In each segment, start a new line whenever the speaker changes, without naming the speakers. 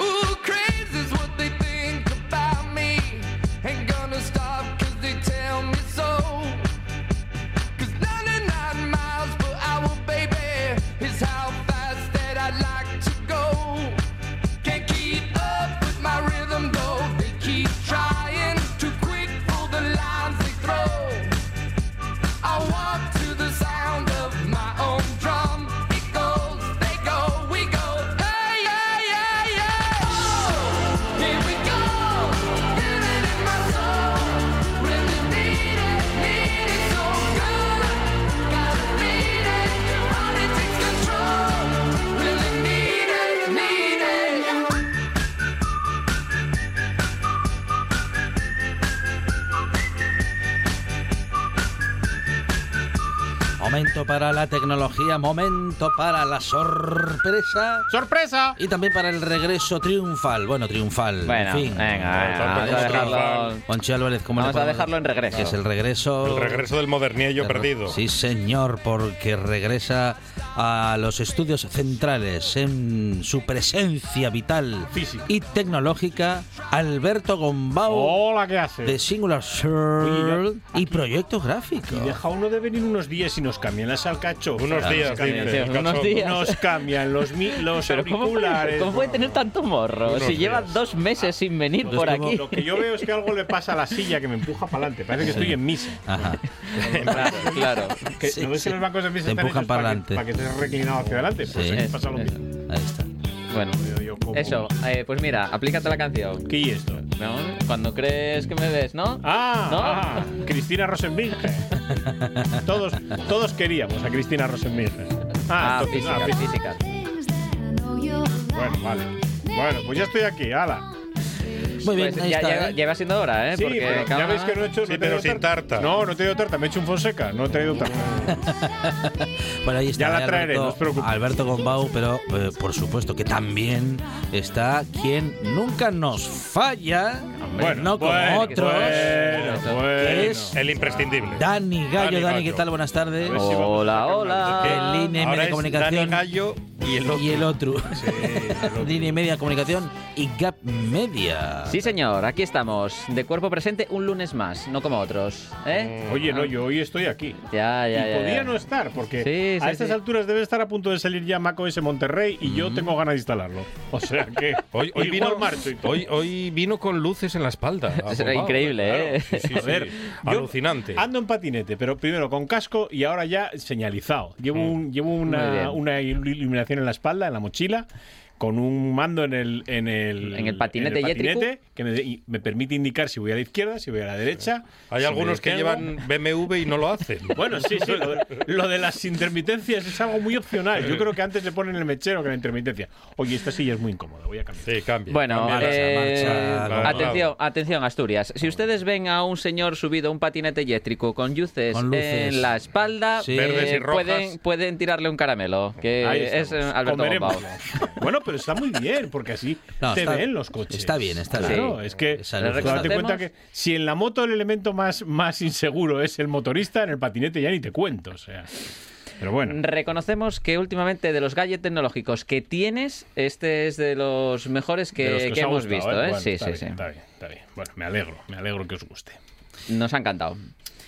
Ooh, crazy's what they think about me. Ain't gonna stop 'cause they tell me so. 'Cause 99 miles per hour, baby, is how fast that I like to go. Can't keep up with my rhythm though. They keep trying, too quick for the lines they throw. I walk to the sound of my own drum. It goes, they go, we go. Hey, hey, hey, hey. Oh, here we go. Feel it in my soul. Really need it, need it so good. Gotta beat it. Your body takes control. Really need it, need it.
Momento para la tecnología, momento para la sorpresa
¡Sorpresa!
y también para el regreso triunfal. Bueno, triunfal.
Bueno,
en fin.
venga, venga, vamos a
Sorpresa
dejarlo.
triunfal.
Conchi Álvarez, ¿cómo le
Vamos a
podemos-
dejarlo en regreso.
Que es el regreso.
El regreso del modernillo
Perro-
perdido.
Sí, señor, porque regresa a los estudios centrales en su presencia vital
Física.
y tecnológica Alberto Gombau
Hola, ¿qué hace?
de Singular Circle y Proyectos Gráficos.
Y deja uno de venir unos días y nos cambian las alcachofas.
Unos días,
cambian,
dice.
tío, unos
Cachón.
días.
Nos cambian los, mi- los
Pero ¿cómo puede,
auriculares.
cómo puede tener tanto morro?
Unos
Si lleva
días.
dos meses sin venir
Es
por
como
aquí.
Lo que yo veo es que algo le pasa a la silla que me empuja para adelante. Parece que estoy en misa.
Ajá.
Claro, claro.
Que,
Sí,
¿No ves
sí.
que los bancos de misa
Te
están
empujan
hechos
para
que-
adelante.
Para que estés reclinado hacia adelante. Pues
Sí.
aquí pasa lo
Eso.
mismo.
Ahí está.
Bueno,
Yo- yo como-
eso. eh, pues mira, aplícate la canción.
¿Qué y esto?
¿No? Cuando crees que me ves, ¿no?
Ah,
¿No?
ah, Cristina Rosenvinge. todos, todos queríamos a Cristina Rosenvinge.
Ah,
entonces-
física,
fí-
física.
Bueno, vale. Bueno, pues ya estoy aquí, ala.
Muy bien,
Pues
ahí
ya,
está.
ya-
¿eh?
ya va siendo hora, ¿eh?
Sí,
Porque
pero ya
cada-
veis que no he hecho.
Sí,
no he
pero
traído
sin tarta.
No, no he traído tarta, me he hecho un Fonseca. No he traído tarta.
Bueno, ahí está
Ya la
¿eh?
traeré, no os preocupéis.
Alberto Gombau, pero eh, por supuesto que también está quien nunca nos falla,
Bueno,
no como
bueno,
otros.
Bueno,
que
bueno.
es
El imprescindible.
Dani Gallo. Dani,
Dani
¿qué
Gallo.
tal? Buenas tardes.
A ver si vamos
Hola,
a
hola.
El INM
Ahora
de
es
comunicación.
Dani Gallo y el otro.
Y el otro.
otro.
Línea y Media Comunicación y Gap Media.
Sí, señor, aquí estamos, de cuerpo presente un lunes más, no como otros. ¿eh?
Oye, no, yo hoy estoy aquí.
Ya, ya,
y
ya,
podía
ya.
no estar, porque
Sí, sí,
a estas
sí. Mm.
alturas debe estar a punto de salir ya macOS Monterrey y yo tengo ganas de instalarlo. O sea que
Hoy, hoy
igual
vino,
marcho y todo.
hoy, hoy vino con luces en la espalda.
Es
Agombado,
increíble, ¿eh?
Sí, sí, sí.
A ver, yo
alucinante.
Ando en patinete, pero primero con casco y ahora ya señalizado. Llevo, un- llevo
Mm. Muy bien.
una, una ilu- iluminación en la espalda, en la mochila, con un mando en el, en el,
En el patinete
patinete
eléctrico.
que me, y me permite indicar si voy a la izquierda, si voy a la derecha.
Hay
si me
algunos que
detengo.
llevan BMW y no lo hacen.
Bueno, sí, sí, lo de, lo de las intermitencias es algo muy opcional. Yo creo que antes se ponen el mechero que la intermitencia. Oye, esta silla es muy incómoda, voy a cambiar.
Sí, cambia.
Bueno,
cambia.
eh,
marcha,
marcha.
atención, atención Asturias. Si ustedes ven a un señor subido a un patinete eléctrico con luces,
Con luces.
en la espalda, eh,
Sí. Verdes
y rojas.
pueden, pueden tirarle un caramelo, que
Ahí
es eh,
estamos.
Alberto
Comeremos.
Gombau.
Bueno, pero está muy bien, porque así
No,
te
está-
ven los coches.
está bien, está
Claro,
bien.
es que
Esa luz.
date cuenta
Reconocemos-
que si en la moto el elemento más, más inseguro es el motorista, en el patinete ya ni te cuento. O sea. Pero bueno.
Reconocemos que últimamente de los gadgets tecnológicos que tienes, este es de los mejores que,
de los os
que
ha
hemos
gustado,
visto. ¿eh?
Bueno,
sí,
está
sí,
bien, Está bien, está bien. Bueno, me alegro, me alegro que os guste.
sí. Nos ha encantado.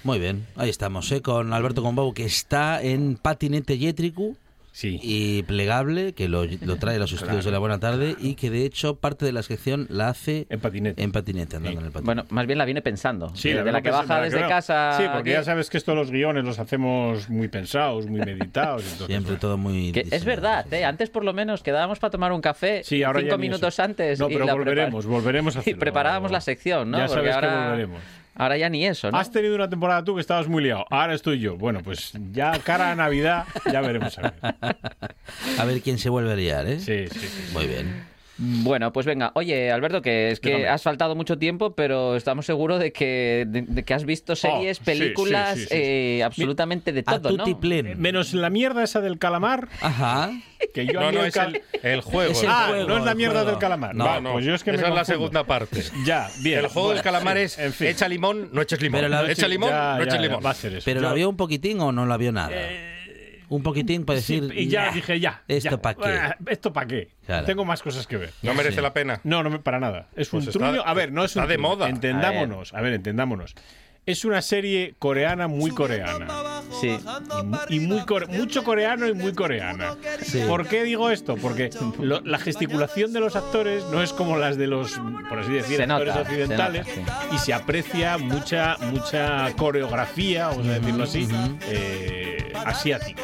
Muy bien, ahí estamos, ¿eh? con Alberto Gombau que está en patinete yétrico
Sí.
y plegable, que lo, lo trae a los estudios de la Buena Tarde y que de hecho parte de la sección la hace
En patinete.
en patinete, andando en el patinete.
Bueno, más bien la viene pensando.
Sí,
de de la,
verdad
que
es-
baja
la
desde
no.
casa.
Sí, porque
aquí.
ya sabes que esto los guiones los hacemos muy pensados, muy meditados. entonces,
Siempre
bueno.
todo muy...
Que es
diseñado.
verdad, ¿eh? antes por lo menos quedábamos para tomar un café
Sí, ahora
cinco
ya ni
minutos
eso.
antes.
No,
y
pero
la
volveremos,
prepar-
volveremos a
Y
hacerlo.
preparábamos la sección, ¿no?
Ya sabes
Porque
que
ahora,
volveremos.
Ahora ya ni eso, ¿no?
Has tenido una temporada tú que estabas muy liado. Ahora estoy yo. Bueno, pues ya cara a Navidad, ya veremos a ver.
A ver quién se vuelve a liar, ¿eh?
Sí, sí, sí.
Muy bien.
Bueno, pues venga. Oye, Alberto, que es que
Dígame.
has faltado mucho tiempo, pero estamos seguros de que, de, de que has visto series,
Oh, sí,
películas,
sí, sí, sí.
eh, absolutamente de
A
todo, ¿no?
tutti pleni.
Menos la mierda esa del calamar,
Ajá.
que yo a
No,
mí
no,
el
es
cal-
el, el juego.
Es
el
Ah,
juego.
no es la
el
mierda
juego.
del calamar.
No,
Vale,
no,
pues yo es que me
esa es la
confundo.
segunda parte.
Ya, bien.
el juego del
Bueno,
calamar es
en fin.
echa limón, no eches limón.
Pero la-
echa limón,
Ya,
no
ya,
eches
ya,
limón.
va a ser eso.
¿Pero
Yo- Eh,
la vio un poquitín o no la vio nada? un poquitín para
Sí,
decir.
y ya
"Nah".
dije ya.
¿esto
ya.
pa' qué?
Ah, ¿Esto para qué?
Claro.
Tengo más cosas que ver.
No merece
Sí.
la pena.
No, no me- para nada. Es
Pues
un
está-
truño. A ver, no es
está
un
de
truño.
moda.
Entendámonos. A ver. entendámonos. Es una serie coreana muy coreana.
Sí.
Y mu- Y, muy core- mucho coreano y muy coreana.
Sí.
¿Por qué digo esto? Porque lo- la gesticulación de los actores no es como las de los, por así decir,
Se nota,
actores
se
occidentales.
nota,
Y se aprecia mucha, mucha coreografía, vamos a decirlo así, eh, asiática.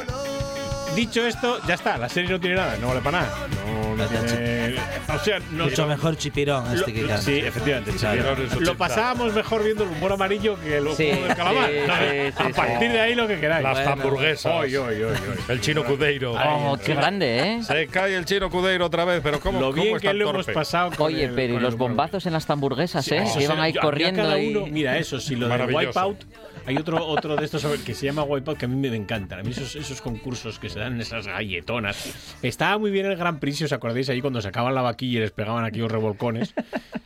Dicho esto, ya está, la serie no tiene nada, no vale para nada. No, no tiene- o sea, no,
Mucho mejor chipirón
lo-
este que
lo-
canta.
sí, efectivamente. sí, pero
Claro.
lo pasábamos mejor viendo el humor amarillo que el humor
Sí,
del calamar.
sí,
No,
sí,
a
sí,
partir
sí.
de ahí lo que queráis.
Las hamburguesas.
Oy, oy, oy, oy.
El chino cudeiro.
Oh, qué grande, ¿eh?
Se cae el chino cudeiro otra vez, pero ¿cómo,
Lo
cómo
bien
es tan
que lo hemos
torpe?
pasado con
Oye,
el-
pero y
con
los
el humor
bombazos en las hamburguesas, ¿eh?
eso
que iban
sí,
ahí
había
corriendo.
cada
y-
uno- mira, eso, si lo del
Maravilloso.
Wipeout. Hay otro, otro de estos sobre- que se llama Wipeout que a mí me encantan. A mí esos, esos concursos que se dan en esas galletonas. Estaba muy bien el Gran Prix, si os acordáis, ahí cuando sacaban la vaquilla y les pegaban aquí los revolcones.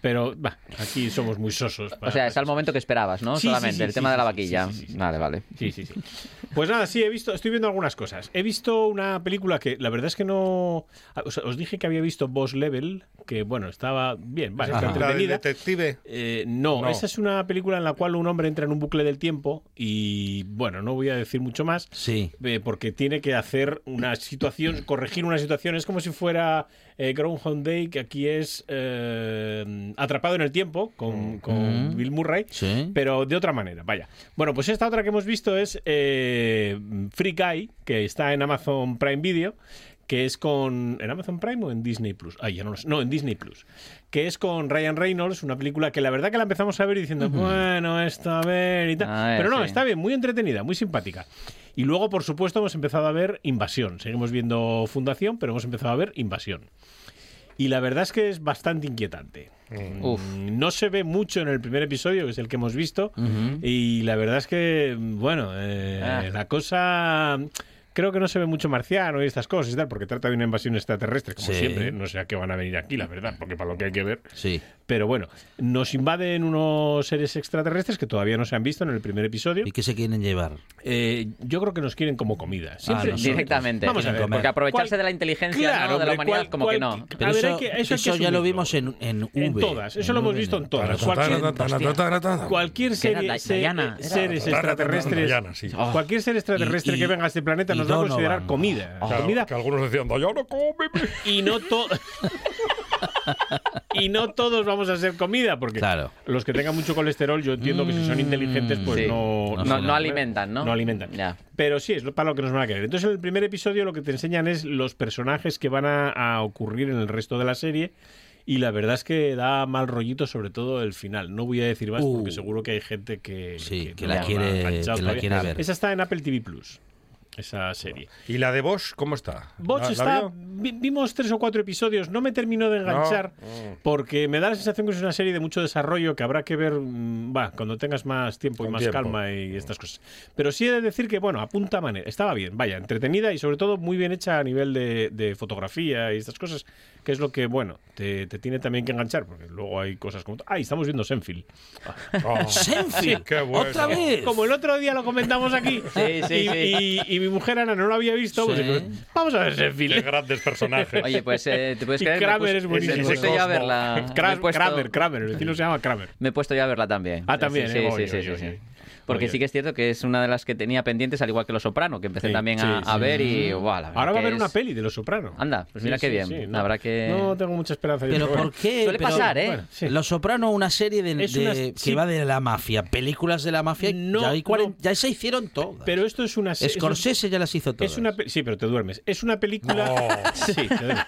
Pero bah, aquí somos muy sosos.
O
para-
sea, es al momento que esperabas, ¿no?
Sí, sí,
Solamente,
sí,
el
sí,
tema de
sí,
la
sí,
vaquilla.
sí, sí, sí.
Vale, vale.
Sí, sí, sí. Pues nada, sí, he visto, estoy viendo algunas cosas. He visto una película que la verdad es que no. ah, o sea, os dije que había visto Boss Level, que bueno, estaba bien, vale,
Ajá.
está
La del
entretenida.
detective.
Eh, no,
No.
esa es una película en la cual un hombre entra en un bucle del tiempo y bueno, no voy a decir mucho más.
Sí.
eh, Porque tiene que hacer una situación, corregir una situación. Es como si fuera eh, Groundhog Day, que aquí es eh, Atrapado en el Tiempo, con, con
Mm.
Bill Murray
Sí.
pero de otra manera, vaya. Bueno, pues esta otra que hemos visto es eh, Free Guy, que está en Amazon Prime Video, que es con... ¿En Amazon Prime o en Disney Plus? Ay, ya no lo sé. No, en Disney Plus. Que es con Ryan Reynolds, una película que la verdad que la empezamos a ver diciendo, bueno, esto a ver y tal.
A ver,
pero no,
sí.
está bien, muy entretenida, muy simpática. Y luego, por supuesto, hemos empezado a ver Invasión. Seguimos viendo Fundación, pero hemos empezado a ver Invasión. Y la verdad es que es bastante inquietante. Mm.
Uf.
No se ve mucho en el primer episodio, que es el que hemos visto. Y la verdad es que, bueno, eh,
Ah.
la cosa. Creo que no se ve mucho marciano y estas cosas y tal, porque trata de una invasión extraterrestre, como
Sí.
siempre. No sé a qué van a venir aquí, la verdad, porque para lo que hay que ver.
Sí.
Pero bueno, nos invaden unos seres extraterrestres que todavía no se han visto en el primer episodio.
¿Y qué se quieren llevar?
Eh, yo creo que nos quieren como comida. Siempre,
nosotros.
Directamente.
Vamos a ver.
Porque aprovecharse
¿Cuál-
de la inteligencia
Claro,
¿no? de la
hombre,
humanidad,
cuál-
como que
cuál-
no.
A
Pero
ver,
eso,
hay que- eso hay que
eso ya
asumirlo.
lo vimos en, en V.
En todas, eso lo hemos visto en todas. Cualquier- Cualquier serie,
Da-
se-
Dayana, era-
seres extraterrestres, Ah.
Dayana, sí.
cualquier ser extraterrestre
Y- y-
que venga a este planeta
y
nos va a
Donovan. Ah.
considerar comida,
Claro,
comida
Que algunos decían, yo no como, bebé".
y no todo y no todos vamos a ser comida porque
Claro. Mm,
los que tengan mucho colesterol yo entiendo que si son inteligentes pues
Sí.
no,
No- no alimentan, ¿no?
no alimentan.
Ya.
Pero sí, es lo- para lo que nos van a querer. Entonces, en el primer episodio lo que te enseñan es los personajes que van a, a ocurrir en el resto de la serie. Y la verdad es que da mal rollito, sobre todo el final. No voy a decir más
Uh.
porque seguro que hay gente que,
Sí, que
no
la
ha
quiere-
enganchado
que la
todavía.
quiere ver.
Esa está en Apple TV Plus, esa serie.
¿Y la de Bosch cómo está?
Bots
¿La- la
está.
vio?
vi- vimos tres o cuatro episodios, no me terminó de enganchar
Mm.
porque me da la sensación que es una serie de mucho desarrollo que habrá que ver mm, va, cuando tengas más tiempo y
Con
más
tiempo. Mm.
calma y estas cosas. Pero sí he de decir que, bueno, apunta manera. Estaba bien, vaya, entretenida y sobre todo muy bien hecha a nivel de, de fotografía y estas cosas, que es lo que, bueno, te, te tiene también que enganchar porque luego hay cosas como. ¡Ay, estamos viendo Senfield!
Oh,
¡Senfield!
qué bueno.
¡Otra vez!
Como el otro día lo comentamos aquí
Sí, sí,
y,
sí.
y- y mi mujer Ana no lo había visto, pues,
Sí.
digo, vamos a ver Senfield.
Qué grandes personajes.
Oye, pues eh, te puedes
Y
creer. me
Kramer
pus-
es buenísimo.
Me he puesto
Ese
yo a
Cosmo.
verla. me he
Kramer,
puesto-
Kramer, Kramer, el vecino se llama Kramer.
Me he puesto yo a verla también.
Ah, también,
Sí,
eh.
sí,
Oye,
sí, sí,
oye,
sí.
oye.
Porque
Oye.
sí que es cierto que es una de las que tenía pendientes, al igual que Los Soprano, que empecé
Sí,
también
sí,
a, a
sí.
ver y. buah, la verdad
Ahora va a
que
haber una
es-
peli de Los Soprano.
Anda, pues mira
Sí,
qué
sí,
bien.
sí, no,
La verdad que.
No tengo mucha esperanza. yo
Pero
creo.
¿por qué?
Suele
Pero-
pasar, ¿eh?
Bueno, sí.
Los Soprano, una serie de,
Es una-
de-
sí.
que va de la mafia, películas de la mafia,
No,
ya, hay cuaren-
no.
ya se hicieron todas.
Pero esto es una... es-
Scorsese ya las hizo todas.
Es una, pe- sí, pero te duermes. Es una película...
No.
Sí, te duermes.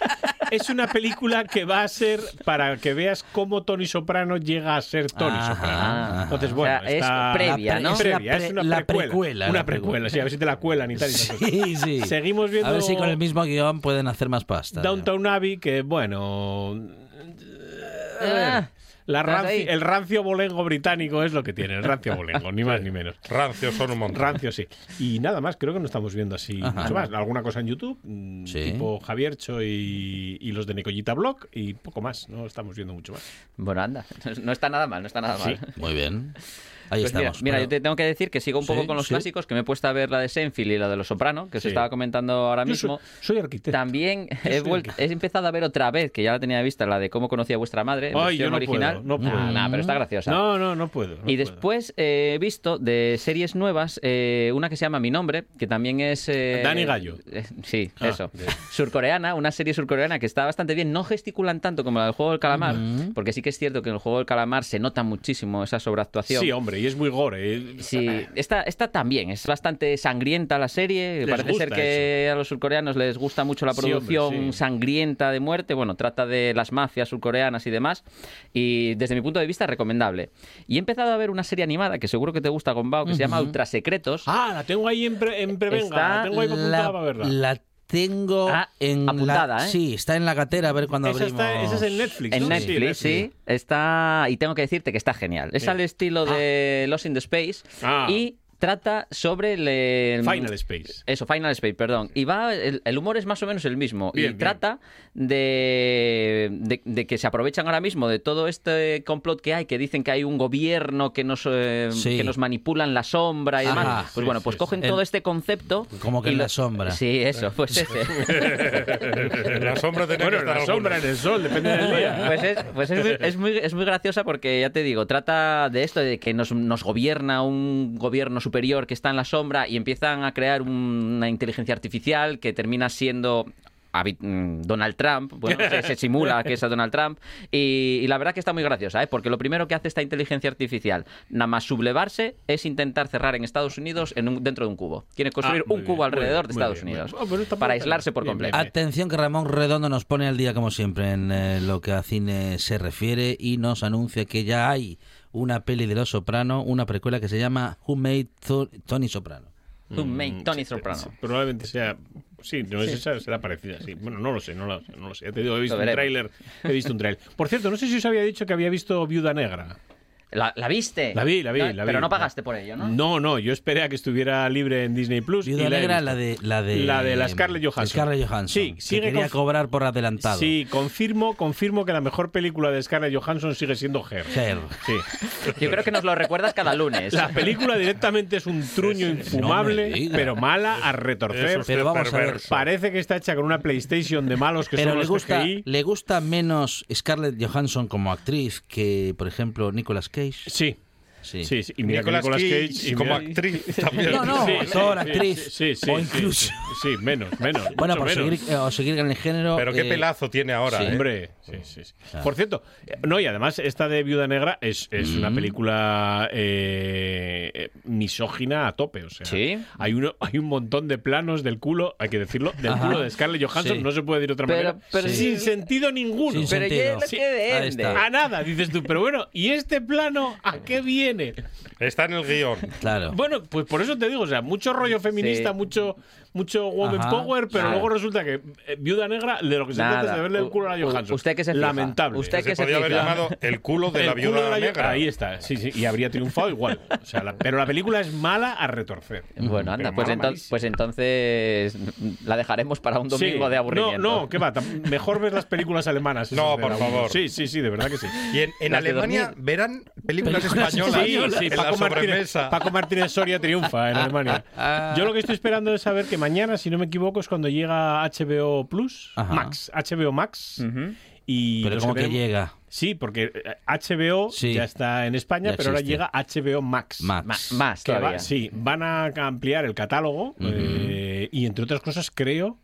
es una película que va a ser para que veas cómo Tony Soprano llega a ser Tony
Ajá,
Soprano.
ajá.
Entonces,
O
bueno,
sea, es
está-
previa, ¿no?
Es, previa, es una
La pre- la
precuela.
precuela,
Una
la
precuela,
precuela.
sí, a ver si te la cuelan y tal. y esas cosas.
Sí, sí.
Seguimos viendo-
A ver si con el mismo guión pueden hacer más pasta.
Downtown Abbey, que bueno.
Ah,
la
¿estás
ranci-
ahí?
el rancio bolengo británico es lo que tiene, el rancio bolengo, ni más ni menos.
Rancios son un montón.
Rancio, sí. Y nada más, creo que no estamos viendo así
Ajá.
mucho más. Alguna cosa en YouTube, mm,
Sí.
tipo Javiercho y, y los de Necollita Blog, y poco más, no estamos viendo mucho más.
Bueno, anda, no está nada mal, no está nada mal.
Muy bien. Ahí
Pues mira,
estamos.
mira,
Bueno,
yo te tengo que decir que sigo un poco
Sí,
con los
sí.
clásicos, que me he puesto a ver la de Seinfeld y la de Los Soprano, que os
Sí.
estaba comentando ahora
Yo soy,
mismo.
soy arquitecto.
También he,
soy
vuelto- he empezado a ver otra vez, que ya la tenía vista, la de cómo conocía a vuestra madre, en
Ay, yo
versión
no
original.
puedo, no puedo. Mm.
Ah, nah, pero está graciosa.
No, no, no puedo. no
y
puedo.
después eh, he visto de series nuevas eh, una que se llama Mi Nombre, que también es... eh,
Dani Gallo.
eh, sí,
Ah,
eso.
bien.
Surcoreana, una serie surcoreana que está bastante bien. No gesticulan tanto como la del Juego del Calamar,
Mm.
porque sí que es cierto que en el Juego del Calamar se nota muchísimo esa sobreactuación.
Sí, hombre, y es muy gore. eh.
Sí, esta, esta también es bastante sangrienta la serie.
Les
Parece ser
gusta
que a los surcoreanos les gusta mucho la
Sí, hombre,
producción
sí.
sangrienta de muerte. Bueno, trata de las mafias surcoreanas y demás. Y desde mi punto de vista, recomendable. Y he empezado a ver una serie animada que seguro que te gusta, Gombao, que se llama Ultrasecretos.
Ah, la tengo ahí en, pre- en prevenga,
Está
la tengo ahí apuntada para verla.
la tengo
Ah,
en
apuntada,
la,
¿eh?
Sí, está en la catera, a ver cuando
Esa
abrimos.
está- esa es en Netflix,
En
¿no? Sí,
Netflix, sí, Está. Y tengo que decirte que está genial. Es
Sí.
al estilo de Lost in the Space.
Ah.
Y trata sobre el. el-
Final Space.
Eso, Final Space, perdón. Y va, el, el humor es más o menos el mismo.
Bien,
y
bien.
trata de, de- de que se aprovechan ahora mismo de todo este complot que hay, que dicen que hay un gobierno que nos, eh,
Sí.
que nos manipulan la sombra y
Ajá,
demás.
sí,
pues bueno,
sí,
pues
sí.
cogen
El-
todo este concepto.
Como que
y
en
lo-
la sombra.
Sí, eso, pues ese.
En la sombra tenía
Bueno,
que
en
estar
la sombra, en
alguno.
el sol, depende del día.
Pues, es, pues es, muy, es, muy, es muy graciosa porque, ya te digo, trata de esto, de que nos, nos gobierna un gobierno superior que está en la sombra y empiezan a crear un- una inteligencia artificial que termina siendo... habi- mm, Donald Trump, bueno, se, se simula que es a Donald Trump y, y la verdad que está muy graciosa, ¿eh? porque lo primero que hace esta inteligencia artificial, nada más sublevarse, es intentar cerrar en Estados Unidos en un- dentro de un cubo. Quiere construir
Ah, muy
un
bien,
cubo
muy
alrededor
bien,
de
muy
Estados
bien, muy
Unidos
bien. Ah, pero está
para
bien,
aislarse por
bien, bien,
completo.
bien.
Atención que Ramón Redondo nos pone al día como siempre en eh, lo que a cine se refiere y nos anuncia que ya hay una peli de Los Soprano, una precuela que se llama Who Made Tho- Tony Soprano.
Who made Tony Soprano?
Mm, Sí, Probablemente sea. Sí, no es esa, será parecida, sí. Bueno, no lo sé, no lo, no lo sé. Ya te digo, he visto un
veremos.
tráiler. He visto un tráiler. Por cierto, no sé si os había dicho que había visto Viuda Negra.
¿La, la viste?
La vi, la vi,
No,
la vi.
Pero no pagaste por ello, ¿no?
No, no, yo esperé a que estuviera libre en Disney Plus. Pues, y
Viuda
la he
Negra,
visto.
la de, la de.
La de la Scarlett Johansson.
Scarlett Johansson.
Sí,
que
sigue
quería
conf-
cobrar por adelantado.
Sí, confirmo, confirmo que la mejor película de Scarlett Johansson sigue siendo Her.
Her.
Sí.
Yo creo que nos lo recuerdas cada lunes.
La película directamente es un truño
No
infumable,
me digas.
pero mala a
Eso
retorcer.
es
Pero vamos a ver,
perverso.
Parece que está hecha con una PlayStation de malos que
Pero
son
le
los
gusta,
TGI.
le gusta menos Scarlett Johansson como actriz que, por ejemplo, Nicolas Cage.
Sí.
Sí.
Sí, sí. Y mira que
Nicolas
Nicolas Cage, y
como
mira-
actriz también.
No, no, actor, actriz.
Sí, sí,
o
sí,
incluso.
Sí, sí, menos, menos.
Bueno,
mucho
por
menos.
seguir, eh, o seguir en el género.
Pero qué
eh,
pelazo tiene ahora,
sí.
¿eh?
Hombre, sí, sí, sí. Por cierto, eh, no, y además esta de Viuda Negra es, es una
Mm.
película eh, eh, misógina a tope. O sea,
Sí.
hay, uno, hay un montón de planos del culo, hay que decirlo, del
Ajá.
culo de Scarlett Johansson,
Sí.
no se puede decir de otra
Pero-
manera.
pero
sin
sí.
sentido ninguno.
Sin
Pero
sentido.
yo lo
Sí,
que vende. Ah,
ahí está.
a nada, dices tú, pero bueno, ¿y este plano a qué viene?
Está en el guión.
Claro.
Bueno, pues por eso te digo, o sea, mucho rollo feminista,
Sí.
mucho mucho woman
Ajá,
power, pero
nada.
luego resulta que eh, Viuda Negra de lo que se trata es
Nada.
de verle el
U-
culo a
u-
Johansson.
usted que se fija.
Lamentable.
Usted
Se
que se
podía haber
fija.
llamado el culo de
El
la
culo
viuda
de la-
negra.
Ahí está, sí, sí, y habría triunfado igual. O sea, la- pero la película es mala a retorcer.
Bueno, anda,
Pero
pues,
mala,
ento-
malísima.
pues entonces la dejaremos para un domingo
Sí.
de aburrimiento.
No, no, que va, tam- mejor ver las películas alemanas. esas
No,
de
por
la-
favor.
Sí, sí, sí, de verdad que sí.
Y en, en
Las de
Alemania
dormir.
verán películas,
Películas
españolas
Sí, sí,
en la
Paco, Martínez,
sobremesa.
Paco Martínez Soria triunfa en Alemania. Yo lo que estoy esperando es saber que mañana, si no me equivoco, es cuando llega HBO Plus,
Ajá.
Max, HBO Max. Y
pero
los
como que
tenemos-
llega.
Sí, porque eh, HBO
Sí.
ya está en España,
Ya
pero ahora
existe.
llega HBO Max.
Max.
Ma- más
Que va-
todavía.
sí, van a ampliar el catálogo eh, y entre otras cosas creo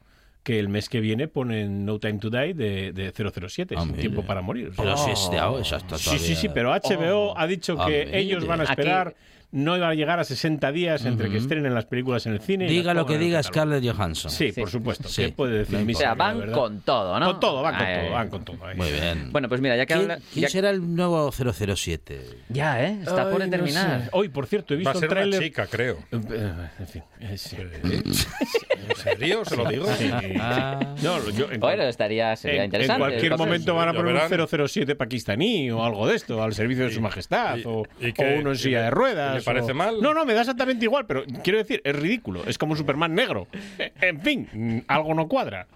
que el mes que viene ponen No Time to Die de, de 007,
Ah,
Sin
mira.
Tiempo para Morir.
Pero si es de ahora, ya está
Sí, sí,
todavía.
sí, pero HBO ha dicho
Ah,
que
mire.
ellos van a
Aquí-
esperar no iba a llegar a 60 días entre que estrenen las películas en el cine. y
Diga
las
lo que
pongan en el
diga
catálogo.
Scarlett Johansson.
Sí, por
Sí.
supuesto.
Sí.
¿Qué puede decir
No
mi
O sea,
señora,
van
verdad?
con todo, ¿no? Ah, eh.
Con todo, van con
Ay,
todo, van con todo. ahí.
Muy bien.
Bueno, pues mira, ya que
¿Quién,
habla...
quién
ya-
será el nuevo 007?
Ya, ¿eh? Está
Ay,
por
no
determinar.
sé. Hoy, por cierto, he
Va
visto
a ser
un
una
tráiler...
chica, creo.
Eh, En fin, eh, sí.
¿En serio? ¿Se lo digo?
Sí.
Ah,
No, yo, en,
Bueno, estaría,
en-
sería
Ah. en
interesante.
cualquier
Entonces,
momento van a
ya
poner
verán.
un 007 pakistaní o algo de esto, al servicio de su majestad,
y-
o,
y que-
o uno en
y
silla
le-
de ruedas.
y le parece
o-
mal.
No, no, me da exactamente igual, pero quiero decir, es ridículo, es como un Superman negro. En fin, mm, algo no cuadra.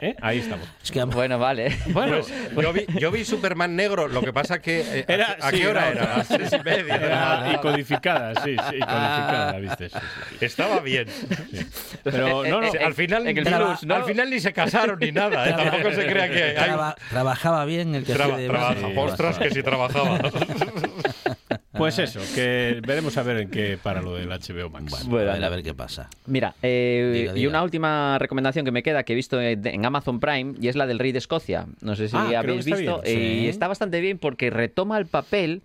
¿Eh? Ahí estamos.
Es que además-
Bueno, vale.
Bueno,
pues,
Yo vi, yo vi Superman negro, lo que pasa que... eh, ¿a-
Era-
¿A
sí,
qué hora
era-
era? A las tres y media.
era- Ah, y codificada, sí, sí, y codificada, viste. sí, sí.
Estaba bien.
Pero no, no.
Sí, al final,
en el
traba-
virus, ¿no?
al final ni se casaron ni nada. ¿eh? Tampoco se crea que hay...
Traba- trabajaba bien el que
Traba-
hacía de-
trabaja.
Sí,
Ostras, que si trabajaba.
Pues eso, que veremos a ver en qué para lo del HBO Max.
Bueno,
A ver, a ver qué pasa.
Mira, eh,
Diga,
y
diga.
una última recomendación que me queda que he visto en en Amazon Prime y es la del Rey de Escocia. No sé si
Ah, creo
habéis
que está
visto.
bien,
eh,
sí.
Y está bastante bien porque retoma el papel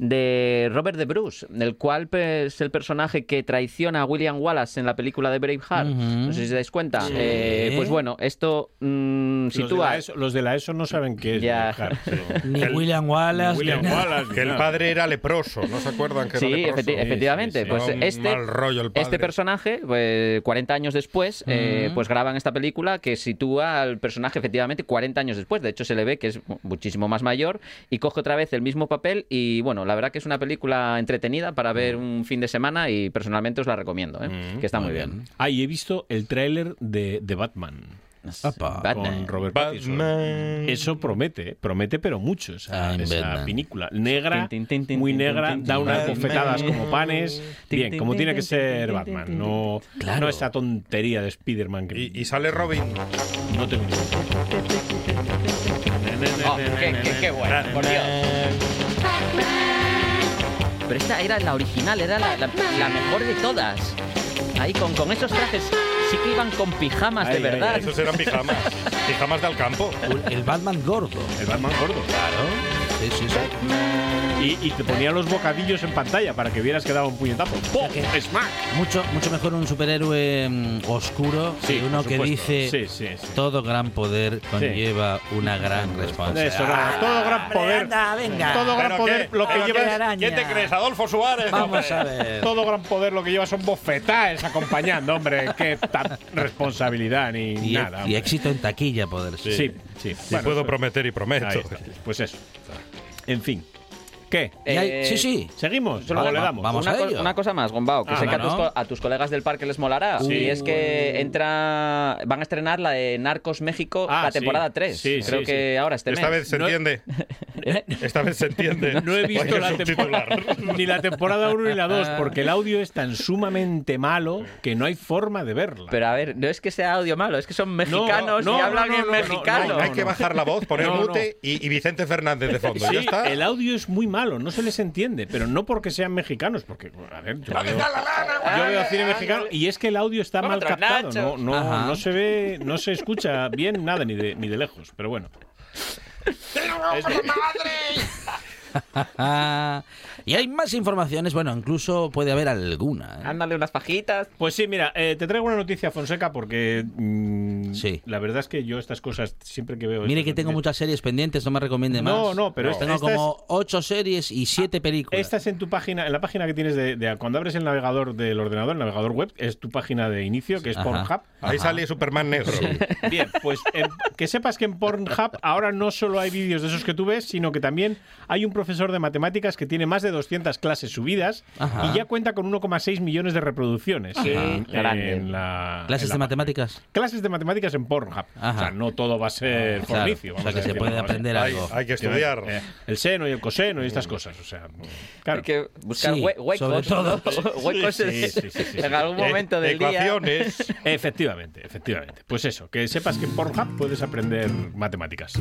de Robert de Bruce, el cual pe- es el personaje que traiciona a William Wallace en la película de Braveheart.
Ujú.
No sé si os dais cuenta.
Sí.
Eh, pues bueno, esto mm,
Los de, la
sitúa.
ESO, los de la ESO no saben qué es.
Ya.
dibujar, pero-
Ni
El-
William Wallace. ni
William
nada.
Wallace,
que el
nada.
padre era leproso. ¿No se acuerdan que
Sí,
era leproso?
efecti- efectivamente.
sí, sí.
Pues
Era un
este,
mal rollo el
este
padre.
personaje, pues, 40 años después, eh, pues graban esta película que sitúa al personaje efectivamente 40 años después. De hecho, se le ve que es mu- muchísimo más mayor y coge otra vez el mismo papel. Y bueno, la verdad que es una película entretenida para ver
Mm.
un fin de semana y personalmente os la recomiendo, ¿eh? que está muy bien.
Ah, y he visto el tráiler de, de Batman pues,
Apa.
Batman.
con Robert Pattinson.
Batman.
Eso promete, promete pero mucho esa,
I'm
esa
Ah, Batman.
película. Negra,
Tin, tin, tin,
muy
tin,
negra,
tin,
da
tin,
unas
tin,
bofetadas
tin,
como panes.
tin,
Bien,
tin,
como
tin,
tiene que
tin, tin,
ser
tin,
Batman,
tin,
no,
Claro.
no esa tontería de Spider-Man que
Y, y sale Robin.
no te
Oh,
eh,
qué, qué- qué bueno, por Dios. Pero esta era la original, era la, la- la mejor de todas. Ahí con, con esos trajes sí que iban con pijamas
Ay,
de
ay,
verdad.
ay,
Esos eran pijamas. Pijamas del campo.
Un- El Batman gordo.
El Batman gordo.
Sí, sí, sí.
Y, y te ponía los bocadillos en pantalla para que vieras que daba un puñetazo. ¡Pum! ¡Smack!
Mucho, mucho mejor un superhéroe mm, oscuro
Sí,
que uno
por
que
supuesto.
dice
Sí, sí, sí.
todo gran poder conlleva una gran responsabilidad.
Eso, nada, todo gran poder. Todo gran
¿Pero
poder
qué?
lo que
¿Pero
lleva
qué?
es-
¿Quién te crees? ¿Adolfo Suárez?
Vamos
hombre?
a ver.
Todo gran poder lo que lleva son bofetadas acompañando, hombre. Qué tan responsabilidad ni
Y, e-
nada.
y
hombre.
éxito en taquilla poder ser.
Sí, sí.
Y
Bueno,
puedo
eso-
prometer y
ahí
prometo.
está.
Este
Pues eso. En fin. ¿Qué?
Y hay-
Eh,
sí, sí.
¿Seguimos?
solo
¿O
una-
le damos?
vamos
una,
a
co-
ello.
una cosa más, Gombao, que
Ah,
sé que a tus,
bueno.
co- a tus colegas del parque les molará.
Sí.
Y es que entra van a estrenar la de Narcos México,
Ah,
la
sí.
temporada 3.
Sí, sí,
Creo que
sí.
ahora este mes.
Esta vez se
No-
entiende. Esta vez se entiende.
No he
Oye,
visto
el
la temporada,
subtitular.
ni la temporada 1 ni la 2, porque el audio es tan sumamente malo que no hay forma de verla.
Pero a ver, no es que sea audio malo, es que son mexicanos
no,
y hablan
no, no,
en
no, no,
mexicano.
no,
Hay que bajar la voz, poner
No, no.
mute Y, y Vicente Fernández de fondo.
Sí,
ya está.
el audio es muy malo, no se les entiende, pero no porque sean mexicanos, porque, bueno, a ver, yo veo, yo veo cine mexicano y es que el audio está mal
Otro
captado,
Nacho.
no, no,
Ajá.
no se ve, no se escucha bien nada, ni de, ni de lejos, pero bueno.
Ah, y hay más informaciones. Bueno, incluso puede haber alguna. ¿eh?
Ah,
Ándale unas fajitas.
Pues sí, mira, eh, te traigo una noticia, Fonseca, porque mm,
Sí.
la verdad es que yo estas cosas siempre que veo...
Mire
estas
que tengo
noticias-
muchas series pendientes, no me recomiende más.
No, no, pero esta-
tengo
esta
como ocho series y siete películas.
Esta es en tu página, en la página que tienes de, de- cuando abres el navegador del ordenador, el navegador web, es tu página de inicio, que es
Ajá.
Pornhub.
Ahí sale Superman negro.
Bien, pues eh, que sepas que en Pornhub ahora no solo hay vídeos de esos que tú ves, sino que también hay un profesor de matemáticas que tiene más de 200 clases subidas
Ajá.
y ya cuenta con 1,6 millones de reproducciones.
Qué
en-
grande.
en la-
Clases de
en la página.
matemáticas.
Clases de matemáticas en Pornhub.
Ajá.
O sea, no todo va a ser
Claro,
fornicio.
o sea
vamos
que
a
se
decirlo,
puede
vamos a-
aprender
Hay,
algo.
hay que estudiar.
Eh, el seno y el coseno y estas cosas. O sea, claro.
Mm. Hay que buscar
Sí,
hue- huecos.
sobre todo.
¿no? huecos
Sí, sí, sí, sí, sí.
en algún momento
Eh,
del día.
Ecuaciones.
Efectivamente, efectivamente. Pues eso, que sepas que en Pornhub puedes aprender matemáticas.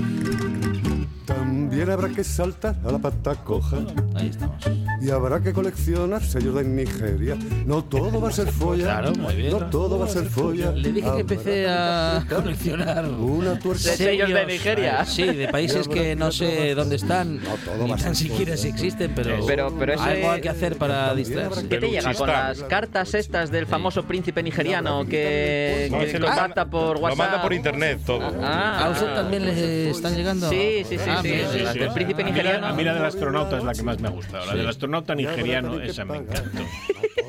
También habrá que saltar a la pata coja
Ahí estamos.
y habrá que coleccionar sellos de Nigeria. No todo va a ser folla.
Claro, muy bien.
No todo va a ser folla.
Le dije que
Habrá
empecé a
apretar
coleccionar.
Una tuerca.
Sí. Sellos de Nigeria.
Ah, Sí, de países que no sé dónde están,
No, todo
ni
va a
tan
ser
siquiera si existen, pero,
Pero- pero ese-
algo hay que hacer para distraerse.
¿Qué te llega con
Peluchista.
las cartas estas del famoso príncipe nigeriano que,
No,
que
ese lo
contacta por WhatsApp?
Lo manda por internet todo.
Ah, pues,
¿A usted también les están llegando?
Sí, sí, sí,
Ah,
sí.
mira,
sí,
las
sí.
del príncipe.
príncipe
A mí la-
nigeriano.
A mí la del astronauta es la que más me ha gustado. La del astronauta nigeriano, esa me encantó.
No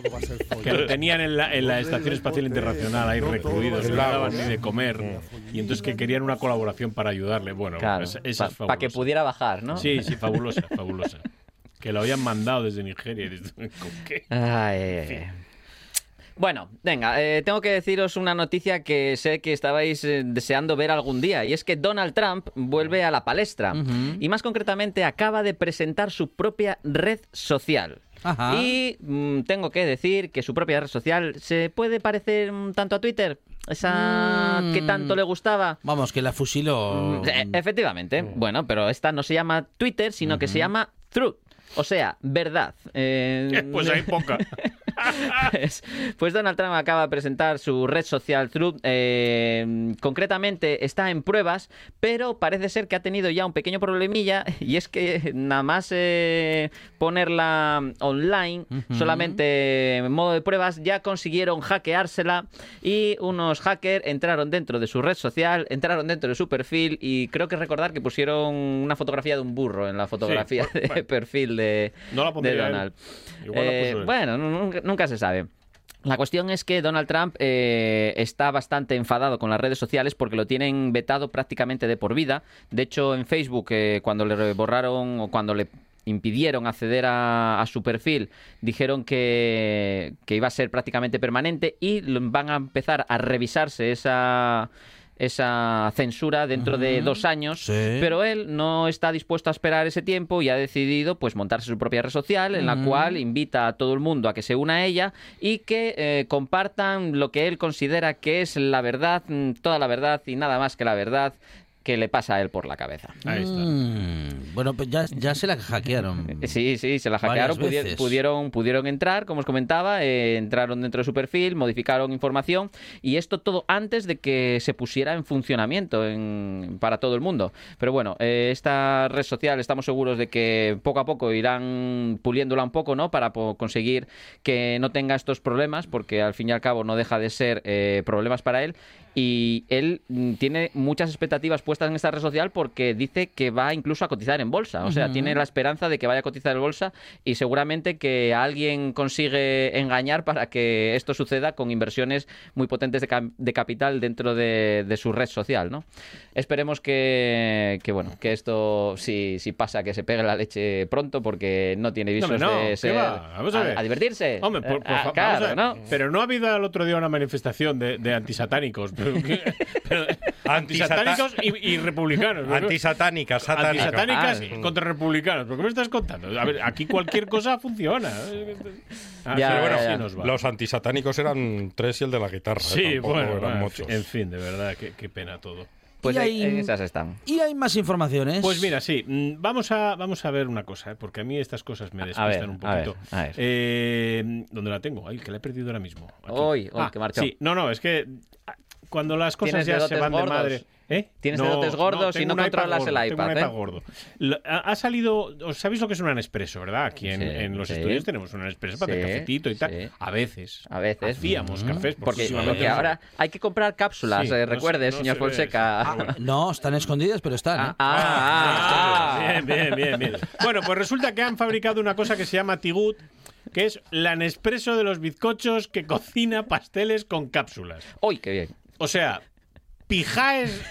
todo va a ser folla.
Que lo tenían en la, en la Estación Espacial Internacional ahí recluidos, no le daban ni de comer. Y entonces que querían una colaboración para ayudarle. Bueno,
Claro,
esa, esa es
para
fabulosa.
que pudiera bajar, ¿no?
Sí, sí, fabulosa, fabulosa. Que lo habían mandado desde Nigeria. y dices, ¿Con qué?
Ay, ay, ay. Bueno, venga, eh, tengo que deciros una noticia que sé que estabais eh, deseando ver algún día, y es que Donald Trump vuelve a la palestra, y más concretamente acaba de presentar su propia red social.
Ajá.
Y mm, tengo que decir que su propia red social se puede parecer un tanto a Twitter, esa
Mm.
que tanto le gustaba.
Vamos, que la fusiló.
E- Efectivamente. Bueno, pero esta no se llama Twitter, sino que se llama Truth. O sea, verdad. Eh,
Pues hay poca.
pues, pues Donald Trump acaba de presentar su red social Truth. Eh, concretamente está en pruebas, pero parece ser que ha tenido ya un pequeño problemilla y es que nada más eh, ponerla online, solamente en modo de pruebas, ya consiguieron hackeársela y unos hackers entraron dentro de su red social, entraron dentro de su perfil y creo que recordar que pusieron una fotografía de un burro en la fotografía
pues,
de
bueno.
perfil de,
No la
de
pondría él.
Donald.
Igual la
Eh,
puso él.
bueno, nu- nunca, nunca se sabe. La cuestión es que Donald Trump eh, está bastante enfadado con las redes sociales porque lo tienen vetado prácticamente de por vida. De hecho, en Facebook, eh, cuando le borraron o cuando le impidieron acceder a, a su perfil, dijeron que, que iba a ser prácticamente permanente y lo- van a empezar a revisarse esa, esa censura dentro de dos años.
Sí.
Pero él no está dispuesto a esperar ese tiempo y ha decidido pues montarse su propia red social en la cual invita a todo el mundo a que se una a ella y que eh, compartan lo que él considera que es la verdad, mm, toda la verdad y nada más que la verdad que le pasa a él por la cabeza.
Ahí está.
Mm, bueno, pues ya, ya se la hackearon.
Eh, Sí, sí, se la
Mm. Varias
hackearon, pudi-
veces.
pudieron, pudieron entrar, como os comentaba, eh, entraron dentro de su perfil, modificaron información y esto todo antes de que se pusiera en funcionamiento en- para todo el mundo. Pero bueno, eh, esta red social estamos seguros de que poco a poco irán puliéndola un poco, ¿no? Para po- conseguir que no tenga estos problemas, porque al fin y al cabo no deja de ser eh, problemas para él. Y él mm, tiene muchas expectativas puestas en esta red social porque dice que va incluso a cotizar en bolsa. O sea, tiene la esperanza de que vaya a cotizar en bolsa y seguramente que a alguien consigue engañar para que esto suceda con inversiones muy potentes de, cam- de capital dentro de, de su red social, ¿no? Esperemos que, que, bueno, que esto, si, si pasa, que se pegue la leche pronto porque no tiene
No,
visos
hombre, no,
de
¿qué
ser...
va? Vamos a ver.
divertirse.
Hombre, por, por
Ah,
fa-
claro,
vamos a ver.
¿no?
Pero no ha habido el otro día una manifestación de, de antisatánicos. Pero- pero- antisatánicos y, y republicanos. ¿no?
Antisatánica, satánica.
Antisatánicas
Ah.
contra republicanos. ¿Pero qué me estás contando? A ver, aquí cualquier cosa funciona. Ah, pero
Ya,
Pero
ya,
bueno,
ya.
así nos va.
los antisatánicos eran tres y el de la guitarra. eh,
Sí,
tampoco
bueno,
eran
bueno,
muchos.
en fin, de verdad, qué, qué pena todo.
Pues
Y
ahí,
hay-
en esas están.
Y hay más informaciones.
Pues mira, sí, mm, vamos a, vamos a ver una cosa, ¿eh? porque a mí estas cosas me despistan
ver,
un
a ver,
poquito.
a ver.
Eh, ¿Dónde la tengo? Ay, que la he perdido ahora mismo. Aquí. Ah,
Hoy, hoy, que marchó.
Sí, no, no, es que ah, cuando las cosas
Tienes
ya se
dedotes
van
gordos.
de madre. ¿Eh?
Tienes dedotes gordos y
tengo
no
un iPad
controlas
gordo,
el
tengo un
iPad, ¿eh?
gordo. Lo- Ha ha salido, ¿os sabéis lo que es un Nespresso, verdad? Aquí en,
Sí,
en los
sí.
estudios tenemos un Nespresso para
Sí,
hacer cafetito y tal.
sí.
A veces.
A veces. Mm.
Hacíamos cafés
Porque,
porque,
porque ahora hay que comprar cápsulas,
Sí,
eh,
no se-
recuerde,
no
señor
se ve
Fonseca.
eso, pero bueno.
Ah,
No, están escondidas, pero están. ¿eh?
ah, ah, ah.
Bien, bien, bien, bien. Bueno, pues resulta que han fabricado una cosa que se llama Tigut, que es la Nespresso de los bizcochos que cocina pasteles con cápsulas.
Uy, qué bien.
O sea, pijaes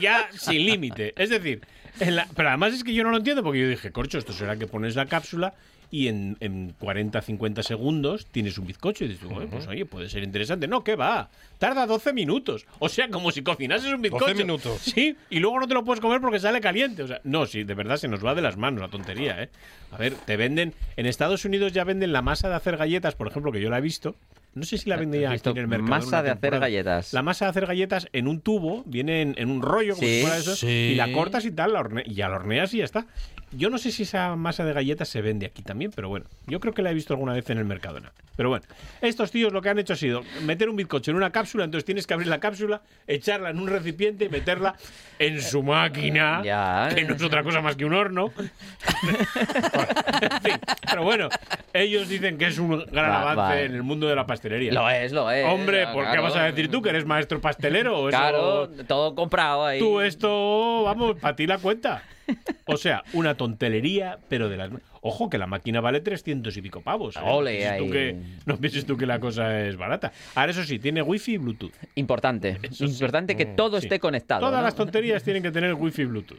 ya sin límite. Es decir, en la- pero además es que yo no lo entiendo porque yo dije, corcho, esto será que pones la cápsula y en, en 40, 50 segundos tienes un bizcocho. Y dices, bueno, pues oye, puede ser interesante. No, ¿qué va? Tarda 12 minutos. O sea, como si cocinases un bizcocho.
12 minutos.
Sí, y luego no te lo puedes comer porque sale caliente. O sea, no, sí, de verdad se nos va de las manos la tontería, ¿eh? A ver, te venden. En Estados Unidos ya venden la masa de hacer galletas, por ejemplo, que yo la he visto. No sé si la vendía
Has
aquí
visto
en el mercado.
masa
una
de hacer
temporada.
galletas.
La masa de hacer galletas en un tubo, viene en, en un rollo, como
Sí,
si fuera eso,
sí.
y la cortas y tal, la horne- y ya la horneas y ya está. Yo no sé si esa masa de galletas se vende aquí también, pero bueno, yo creo que la he visto alguna vez en el Mercadona. Pero bueno, estos tíos lo que han hecho ha sido meter un bizcocho en una cápsula, entonces tienes que abrir la cápsula, echarla en un recipiente y meterla en su máquina,
Ya.
que no es otra cosa más que un horno. En fin, pero bueno, ellos dicen que es un gran
Va-
avance
vale.
en el mundo de la pastelería.
Lo es, lo es.
Hombre,
no,
¿por qué
claro.
vas a decir tú que eres maestro pastelero? Eso-
Claro, todo comprado ahí.
Tú esto, vamos, para ti la cuenta. O sea, una tontelería, pero de las... Ojo, que la máquina vale 300 y pico pavos. ¿eh?
Ole,
no, pienses tú
ahí.
que, no pienses tú que la cosa es barata. Ahora, eso sí, tiene wifi y bluetooth.
Importante. Importante que todo
sí.
esté conectado.
Todas
¿no?
las tonterías tienen que tener wifi y bluetooth.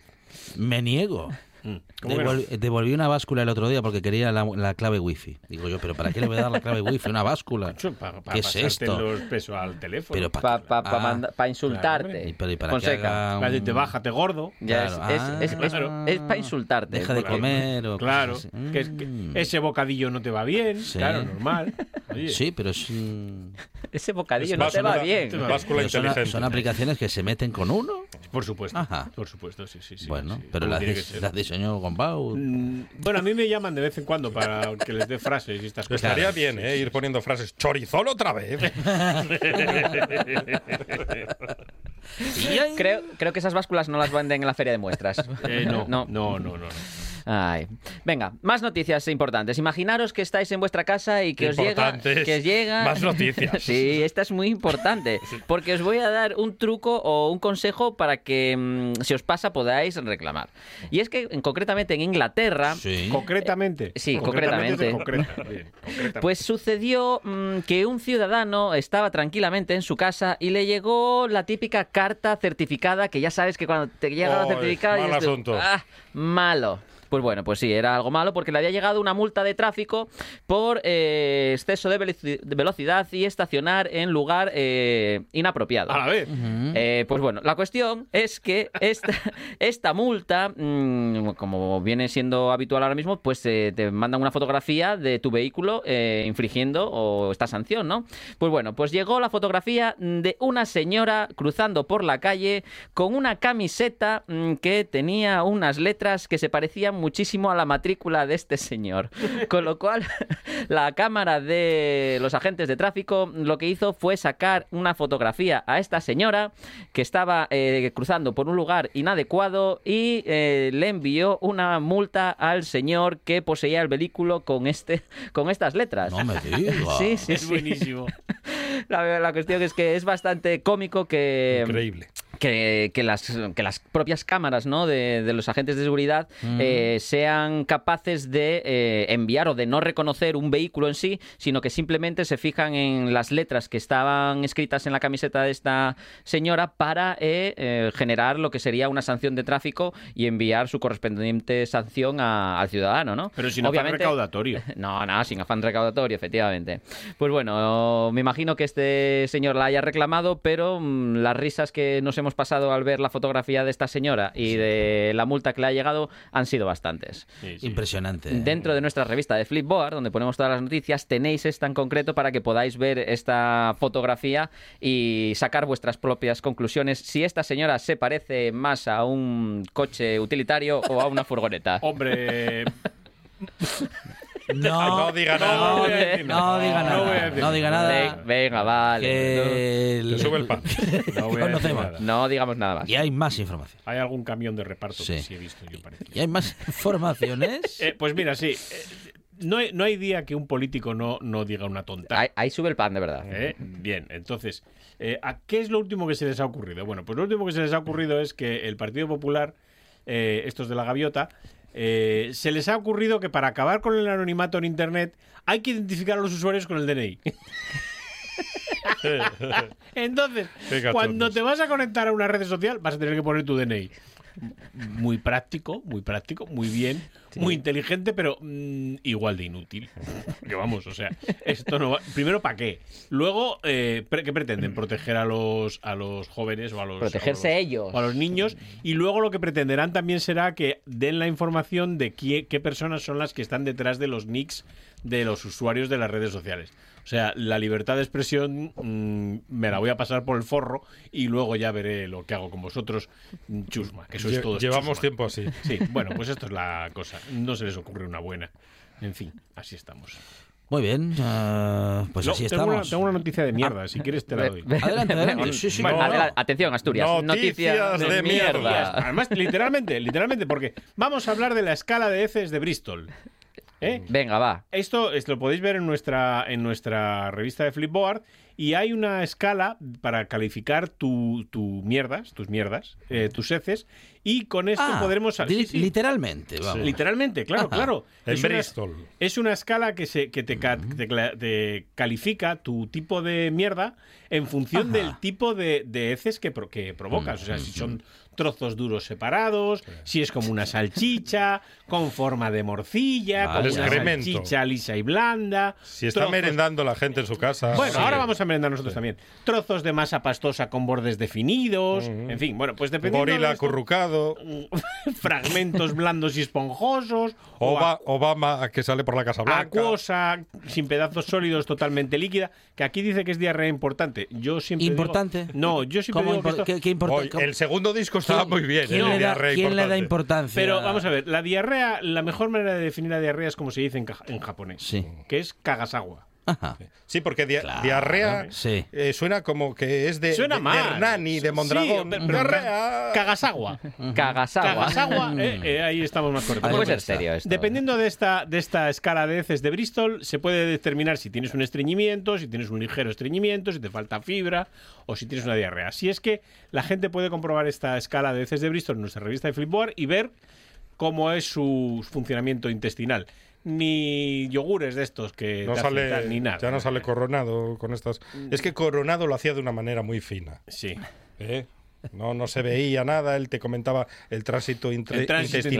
Mm.
Me niego.
¿Cómo que no?
Devol- Devolví una báscula el otro día porque quería la, la clave wifi. Digo yo, pero ¿para qué le voy a dar la clave wifi? Una báscula.
Para,
¿Qué es esto?
los pesos al teléfono.
Pero
Para
pa- ah,
insultarte.
y- pero ¿y para qué
Fonseca.
haga
Para
un-
decirte, bájate gordo.
Ya
Claro,
es,
ah, claro.
para insultarte.
Deja de
porque-
comer o
Claro,
cosas así.
que, es- que
Mm.
ese bocadillo no te va bien,
Sí.
claro, normal. Oye,
Sí, pero es, mm,
Ese bocadillo
Es
no te va
basura-
bien.
te va
Báscula
pero son,
inteligente.
son aplicaciones que se meten con uno.
por supuesto.
Ajá.
Por supuesto, sí, sí. sí
bueno,
sí,
pero
como
las
tiene que
dis-
ser.
las diseñó Gombau.
Mm, Bueno, a mí me llaman de vez en cuando para que les dé frases y estas cosas.
Estaría bien, ¿eh? Ir poniendo frases. ¡Chorizol otra vez!
Creo, creo que esas básculas no las venden en la feria de muestras.
Eh, no, no, no, no, no.
Ay. Venga, más noticias importantes. Imaginaros que estáis en vuestra casa y que
Qué
os llega,
importantes.
que os llega
Más noticias.
sí, esta es muy importante porque os voy a dar un truco o un consejo para que mm, si os pasa podáis reclamar. Y es que en- concretamente en Inglaterra
Sí.
Concretamente.
Eh,
sí,
concretamente. se concreta, bien, concretamente.
Pues sucedió mm, que un ciudadano estaba tranquilamente en su casa y le llegó la típica carta certificada, que ya sabes que cuando te llega la
Oh, es
certificada...
mal
dices tú,
asunto.
"Ah, malo. Pues bueno, pues sí, era algo malo porque le había llegado una multa de tráfico por eh, exceso de, velici- de velocidad y estacionar en lugar eh, inapropiado.
a la vez.
Eh, pues bueno, la cuestión es que esta, esta multa, mm, como viene siendo habitual ahora mismo, pues eh, te mandan una fotografía de tu vehículo eh, infringiendo o esta sanción, ¿no? Pues bueno, pues llegó la fotografía de una señora cruzando por la calle con una camiseta mm, que tenía unas letras que se parecían muchísimo a la matrícula de este señor. Con lo cual, la cámara de los agentes de tráfico lo que hizo fue sacar una fotografía a esta señora que estaba eh, cruzando por un lugar inadecuado y eh, le envió una multa al señor que poseía el vehículo con, este, con estas letras.
No me digas.
Sí, sí,
Es
sí.
buenísimo.
La, la cuestión es que es bastante cómico
Em,
que,
Increíble.
que, que las, que las propias cámaras ¿no? de, de los agentes de seguridad eh, sean capaces de eh, enviar o de no reconocer un vehículo en sí, sino que simplemente se fijan en las letras que estaban escritas en la camiseta de esta señora para eh, eh, generar lo que sería una sanción de tráfico y enviar su correspondiente sanción a- al ciudadano. ¿no?
Pero si no
Obviamente-
recaudatorio.
no, no, sin afán recaudatorio, efectivamente. Pues bueno, me imagino que este señor la haya reclamado, pero mm, las risas que nos hemos pasado al ver la fotografía de esta señora y de la multa que le ha llegado han sido bastantes.
Sí, sí.
Impresionante. ¿eh?
Dentro de nuestra revista de Flipboard, donde ponemos todas las noticias, tenéis esta en concreto para que podáis ver esta fotografía y sacar vuestras propias conclusiones si esta señora se parece más a un coche utilitario o a una furgoneta.
Hombre,
No,
No diga nada.
no voy a
No,
decir nada.
diga
No voy a
nada.
decir
No diga
Ve-
nada.
Venga, vale.
Que
Te
el-
sube el pan.
no voy a decir
Conocemos.
nada.
No digamos nada más.
Y hay más información.
Hay algún camión de reparto
Sí.
que sí he visto, yo parece.
Y hay más informaciones.
Eh, pues mira, sí. eh, no, hay, no hay día que un político no, no diga una tonta.
Ahí, ahí sube el pan, de verdad.
¿Eh? Bien, entonces, eh, ¿a ¿qué es lo último que se les ha ocurrido? Bueno, pues lo último que se les ha ocurrido es que el Partido Popular, eh, estos de la gaviota, eh, se les ha ocurrido que para acabar con el anonimato en Internet hay que identificar a los usuarios con el DNI. Entonces,
Qué cachondos.
cuando te vas a conectar a una red social, vas a tener que poner tu DNI. Muy práctico, muy práctico, muy bien, muy inteligente, pero mm, igual de inútil. Que vamos, o sea, esto no va... Primero, ¿para qué? Luego, eh, pre- ¿qué pretenden? ¿Proteger a los, a los jóvenes o a los...
Protegerse
a los-
ellos.
o a los niños. Y luego lo que pretenderán también será que den la información de qué, qué personas son las que están detrás de los nicks de los usuarios de las redes sociales. O sea, la libertad de expresión mm, me la voy a pasar por el forro y luego ya veré lo que hago con vosotros, mm, chusma, que sois
Lle-
todos
Llevamos
chusma.
tiempo así.
Sí, bueno, pues esto es la cosa. No se les ocurre una buena. En fin, así estamos.
Muy bien, ah, pues
No,
así
tengo una-
estamos.
tengo una noticia de mierda, si quieres te la doy.
Adelante, adelante. Sí, sí,
Bueno,
cómo no.
Adela- atención, Asturias.
Noticias de mierda.
Además, literalmente, literalmente, porque vamos a hablar de la escala de heces de Bristol. ¿Eh?
Venga, va.
Esto es- lo podéis ver en nuestra, en nuestra revista de Flipboard y hay una escala para calificar tu, tu mierdas, tus mierdas, eh, tus heces y con esto
Ah,
podremos... sí,
di-
sí,
Literalmente, vamos.
Literalmente, claro,
Ajá.
claro.
En
una-
Bristol.
es una escala que, se, que te, ca- te cla- te califica tu tipo de mierda en función
Ajá.
del tipo de, de heces que, pro- que provocas. O sea, si son trozos duros separados, si es como una salchicha, con forma de morcilla,
Vale.
como una
Excremento.
salchicha lisa y blanda.
Si está
trozos-
merendando la gente en su casa.
pues, Bueno,
sí.
ahora vamos a merendar nosotros también. Trozos de masa pastosa con bordes definidos. En fin, bueno, pues dependiendo.
Gorila
de esto-
acurrucado.
fragmentos blandos y esponjosos. o a-
Oba- Obama que sale por la Casa
Ah,
Blanca.
acuosa, sin pedazos sólidos, totalmente líquida, que aquí dice que es diarrea importante. Yo siempre digo-
¿Importante?
no, yo siempre
¿Cómo
digo que
impor-
esto-
qué- qué importa-
Oye,
cómo-
el segundo disco estaba
quién-
muy bien.
¿Quién,
el de
le da,
Diarrea
quién le da
Importante.
importancia?
Pero vamos a ver, la diarrea, la mejor manera de definir la diarrea es como se dice en, ca- en japonés,
Sí.
que es kagasagua.
Ajá.
Sí, porque dia- diarrea
Sí.
eh, suena como que es de,
Suena
de- de
mal.
Hernani, de
Sí,
Mondragón.
pero- pero-
diarrea.
Kagasagua.
Cagasagua.
Kagasagua, eh, eh, ahí estamos más cortos.
Puede
Ahí
ser
está.
serio esto.
Dependiendo de esta, de esta escala de heces de Bristol, se puede determinar si tienes un estreñimiento, si tienes un ligero estreñimiento, si te falta fibra o si tienes una diarrea. Si es que la gente puede comprobar esta escala de heces de Bristol en nuestra revista de Flipboard y ver cómo es su funcionamiento intestinal. Ni yogures de estos que
No
te hacen tal, ni
sale,
nada.
ya no sale Coronado con estas. Es que Coronado lo hacía de una manera muy fina.
Sí.
¿eh? No, no se veía nada. Él te comentaba el tránsito, intre-
El tránsito
intestinal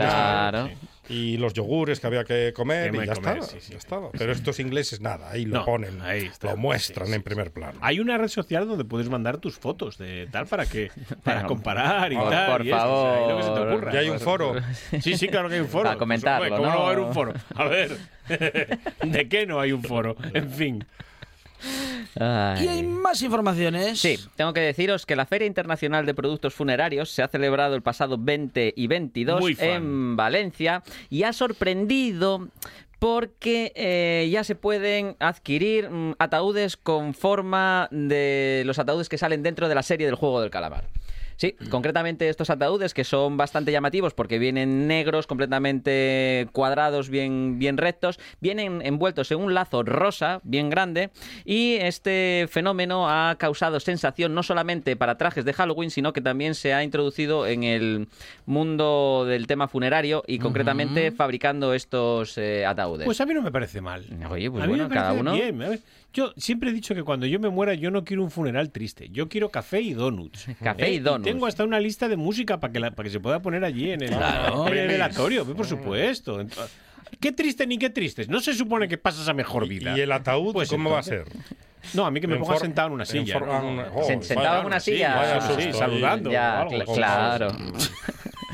Claro.
y los yogures que había que comer
Que
y
me
ya,
comer,
estaba,
sí, sí.
ya estaba. Pero estos ingleses nada, ahí lo
No,
ponen,
ahí está.
lo muestran
Sí, sí,
en primer plano.
Hay una red social donde puedes mandar tus fotos de tal para que para
Venga.
comparar y
Por-
tal.
por
y esto, o sea, y lo que se te
favor.
ocurra.
Ya hay un foro.
Sí, sí, claro que hay un foro.
Para comentarlo,
Pues, hombre, ¿Cómo
¿no?
no va a haber un foro? A ver, ¿de qué no hay un foro? En fin.
¿eh? Ay.
Y
Eh.
hay más informaciones.
Sí, tengo que deciros que la Feria Internacional de Productos Funerarios se ha celebrado el pasado 20 y 22
Muy fan.
en Valencia y ha sorprendido porque eh, ya se pueden adquirir mm, ataúdes con forma de los ataúdes que salen dentro de la serie del juego del calamar. Sí,
Mm.
concretamente estos ataúdes que son bastante llamativos porque vienen negros, completamente cuadrados, bien, bien rectos, vienen envueltos en un lazo rosa bien grande y este fenómeno ha causado sensación no solamente para trajes de Halloween, sino que también se ha introducido en el mundo del tema funerario y concretamente fabricando estos eh, ataúdes.
Pues a mí no me parece mal.
Oye, pues
a mí
bueno,
me
cada
parece
uno-
bien, a ver, Yo siempre he dicho que cuando yo me muera yo no quiero un funeral triste. Yo quiero café y donuts.
Café y donuts.
tengo hasta una lista de música para que, la- para que se pueda poner allí en el,
Claro.
en el velatorio, por supuesto. Ento- Qué triste ni qué tristes. No se supone que pasas a mejor
¿Y
vida.
el ataúd cómo va a ser?
No, a mí que me
En
ponga
for-
sentado en una silla.
for-
¿no?
ah, una- oh,
Sen- sentado
vaya,
en una silla.
vaya
Sí,
susto ahí.
saludando. o
ya,
algo,
cla-
con-
claro.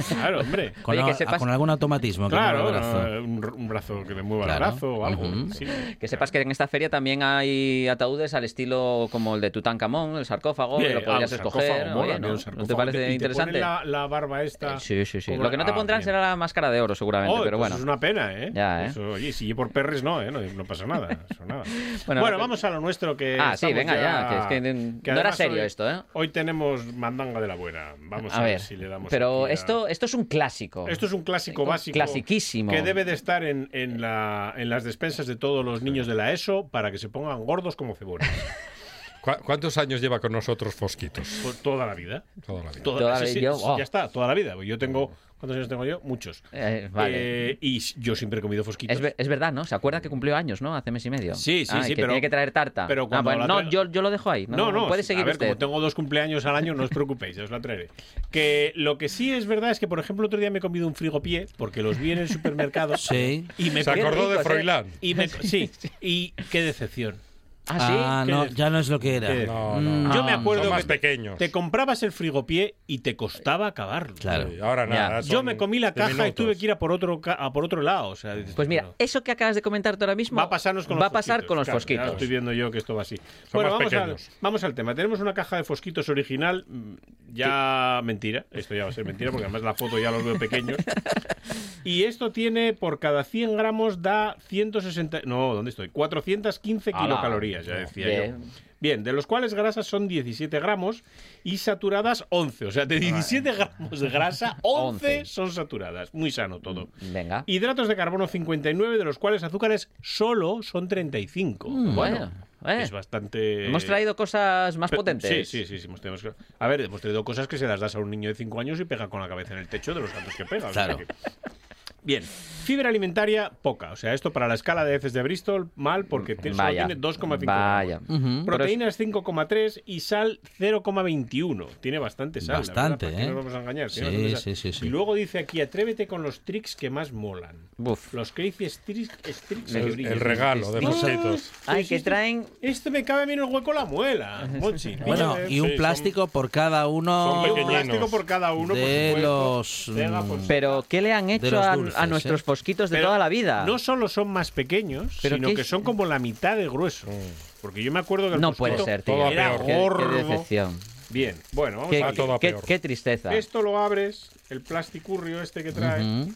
Claro, hombre.
Con,
Oye, que
a-
sepas-
con algún automatismo. que
Claro, Ah,
mueva el brazo.
no, eh, un, r- un brazo que me mueva
Claro.
el brazo o algo.
Ujú.
sí.
Que sepas que en esta feria también hay ataúdes al estilo como el de Tutankamón, el sarcófago,
Bien,
que lo
ah,
podrías
un
escoger.
sarcófago, mola,
oye, ¿no?
bien, un
¿No te
sarcófago.
parece
Y te- y te ponen
interesante? Eh,
la, la barba esta.
Sí, sí, sí.
como-
Lo que no te
ah,
pondrán
bien.
será la máscara de oro, seguramente,
Oh,
pero
pues
bueno.
Es una pena, ¿eh?
Ya, ¿eh?
Eso, oye, si yo por perres no, ¿eh? No, no pasa nada. eso nada.
Bueno,
Bueno,
lo que-
vamos a lo nuestro que.
Ah, sí,
estamos
venga ya, que es que no era
además
serio
hoy-
esto, ¿eh?
Hoy tenemos mandanga de la buena. Vamos a,
A ver,
si le damos.
pero
aquí a-
esto, esto es un clásico.
Esto es un clásico
Un
básico.
clasiquísimo.
Que debe de estar en, en la- en las despensas de todos los niños de la ESO para que se pongan gordos como cebolla.
¿Cu- ¿Cuántos años lleva con nosotros Fosquitos?
Por toda la vida.
Toda la vida.
Toda,
Toda
sí,
la vida,
sí,
yo,
sí,
oh.
Ya está, toda la vida. Yo tengo. ¿Cuántos años tengo yo? Muchos.
Eh, vale.
Eh, y s- yo siempre he comido fosquitos.
Es, ver- es verdad, ¿no? ¿Se acuerda que cumplió años, no? Hace mes y medio.
Sí, sí,
Ah, y
sí,
que
pero-
tiene que traer tarta.
pero
Ah,
cuando
bueno,
la
no,
tra-
yo, yo lo dejo ahí. No,
No, no,
Puede
sí,
seguir
a ver,
usted.
como tengo dos cumpleaños al año, no os preocupéis, ya os la traeré. Que lo que sí es verdad es que, por ejemplo, otro día me he comido un frigopié porque los vi en el supermercado
Sí.
y me
Se
qué
acordó
ricos,
de
¿eh?
Froilán.
Y me- sí, y qué decepción.
Ah, sí.
Ah, no,
¿Qué?
ya no es lo que era.
¿Qué?
No, no.
Mm,
Yo me
ah,
acuerdo
son más
que te-
pequeños.
te comprabas el frigopié y te costaba acabarlo.
Claro.
Sí, ahora
Ya.
nada.
Yo me comí la caja y tuve que ir a por otro, ca- a por otro lado. o sea, dices,
Pues mira,
bueno,
eso que acabas de comentarte ahora mismo
va a pasarnos con los
va a pasar
fosquitos.
con los
Claro, ya
fosquitos.
estoy viendo yo que esto va así. bueno,
más
vamos al,
pequeños.
vamos al tema. Tenemos una caja de fosquitos original. mm, Ya mentira. Esto ya va a ser mentira porque además la foto ya los veo pequeños. Y esto tiene por cada 100 gramos da 160. No, ¿dónde estoy? 415
Ala.
kilocalorías, ya decía
Bien.
yo. Bien, de los cuales grasas son 17 gramos y saturadas 11. O sea, de 17 gramos de grasa, 11
11.
son saturadas. Muy sano todo.
Venga.
Hidratos de carbono 59, de los cuales azúcares solo son 35.
bueno, Mm, eh,
Es bastante.
hemos traído cosas más
Pe-
potentes.
Sí, sí, sí. sí, hemos tenido- A ver, hemos traído cosas que se las das a un niño de 5 años y pega con la cabeza en el techo de los gatos que pega. o sea
Claro.
que- Bien, fibra alimentaria poca. O sea, esto para la escala de heces de Bristol, mal, porque te- solo
Mm, Vaya.
tiene 2,5
Vaya.
gramos.
Ujú.
Proteínas 5,3 y sal 0,21. Tiene bastante sal. la verdad,
Bastante,
¿para qué
¿eh?
nos vamos a engañar. Tiene
Sí,
bastante sal.
sí, sí, sí.
Y luego dice aquí, atrévete con los tricks que más molan.
Buf.
Los crazy tricks tricks que
El,
brillan.
el regalo de
Ah,
mosquitos.
Ay,
pues
que
esto-
traen.
Esto me cabe bien el hueco la muela. Monchi.
Bueno,
Mira, eh.
y un
sí,
plástico por cada uno
son
Y un plástico
pequeñinos.
por cada uno. por
de
supuesto.
los.
Pega, por
mm,
Pero, ¿qué le han hecho
los
a,
dulces,
a nuestros
¿eh?
fosquitos de
Pero
toda la vida?
No solo son más pequeños,
Pero
sino
qué-
que son como la mitad de grueso. Porque yo me acuerdo que el
No puede
mosquito
ser, tío.
Mm. todo a
Era
peor.
Qué, qué
gordo.
decepción.
Bien, bueno, vamos
Qué,
a
Va todo a
qué-
peor.
qué tristeza.
Esto lo abres, el plasticurrio este que trae,
ujú.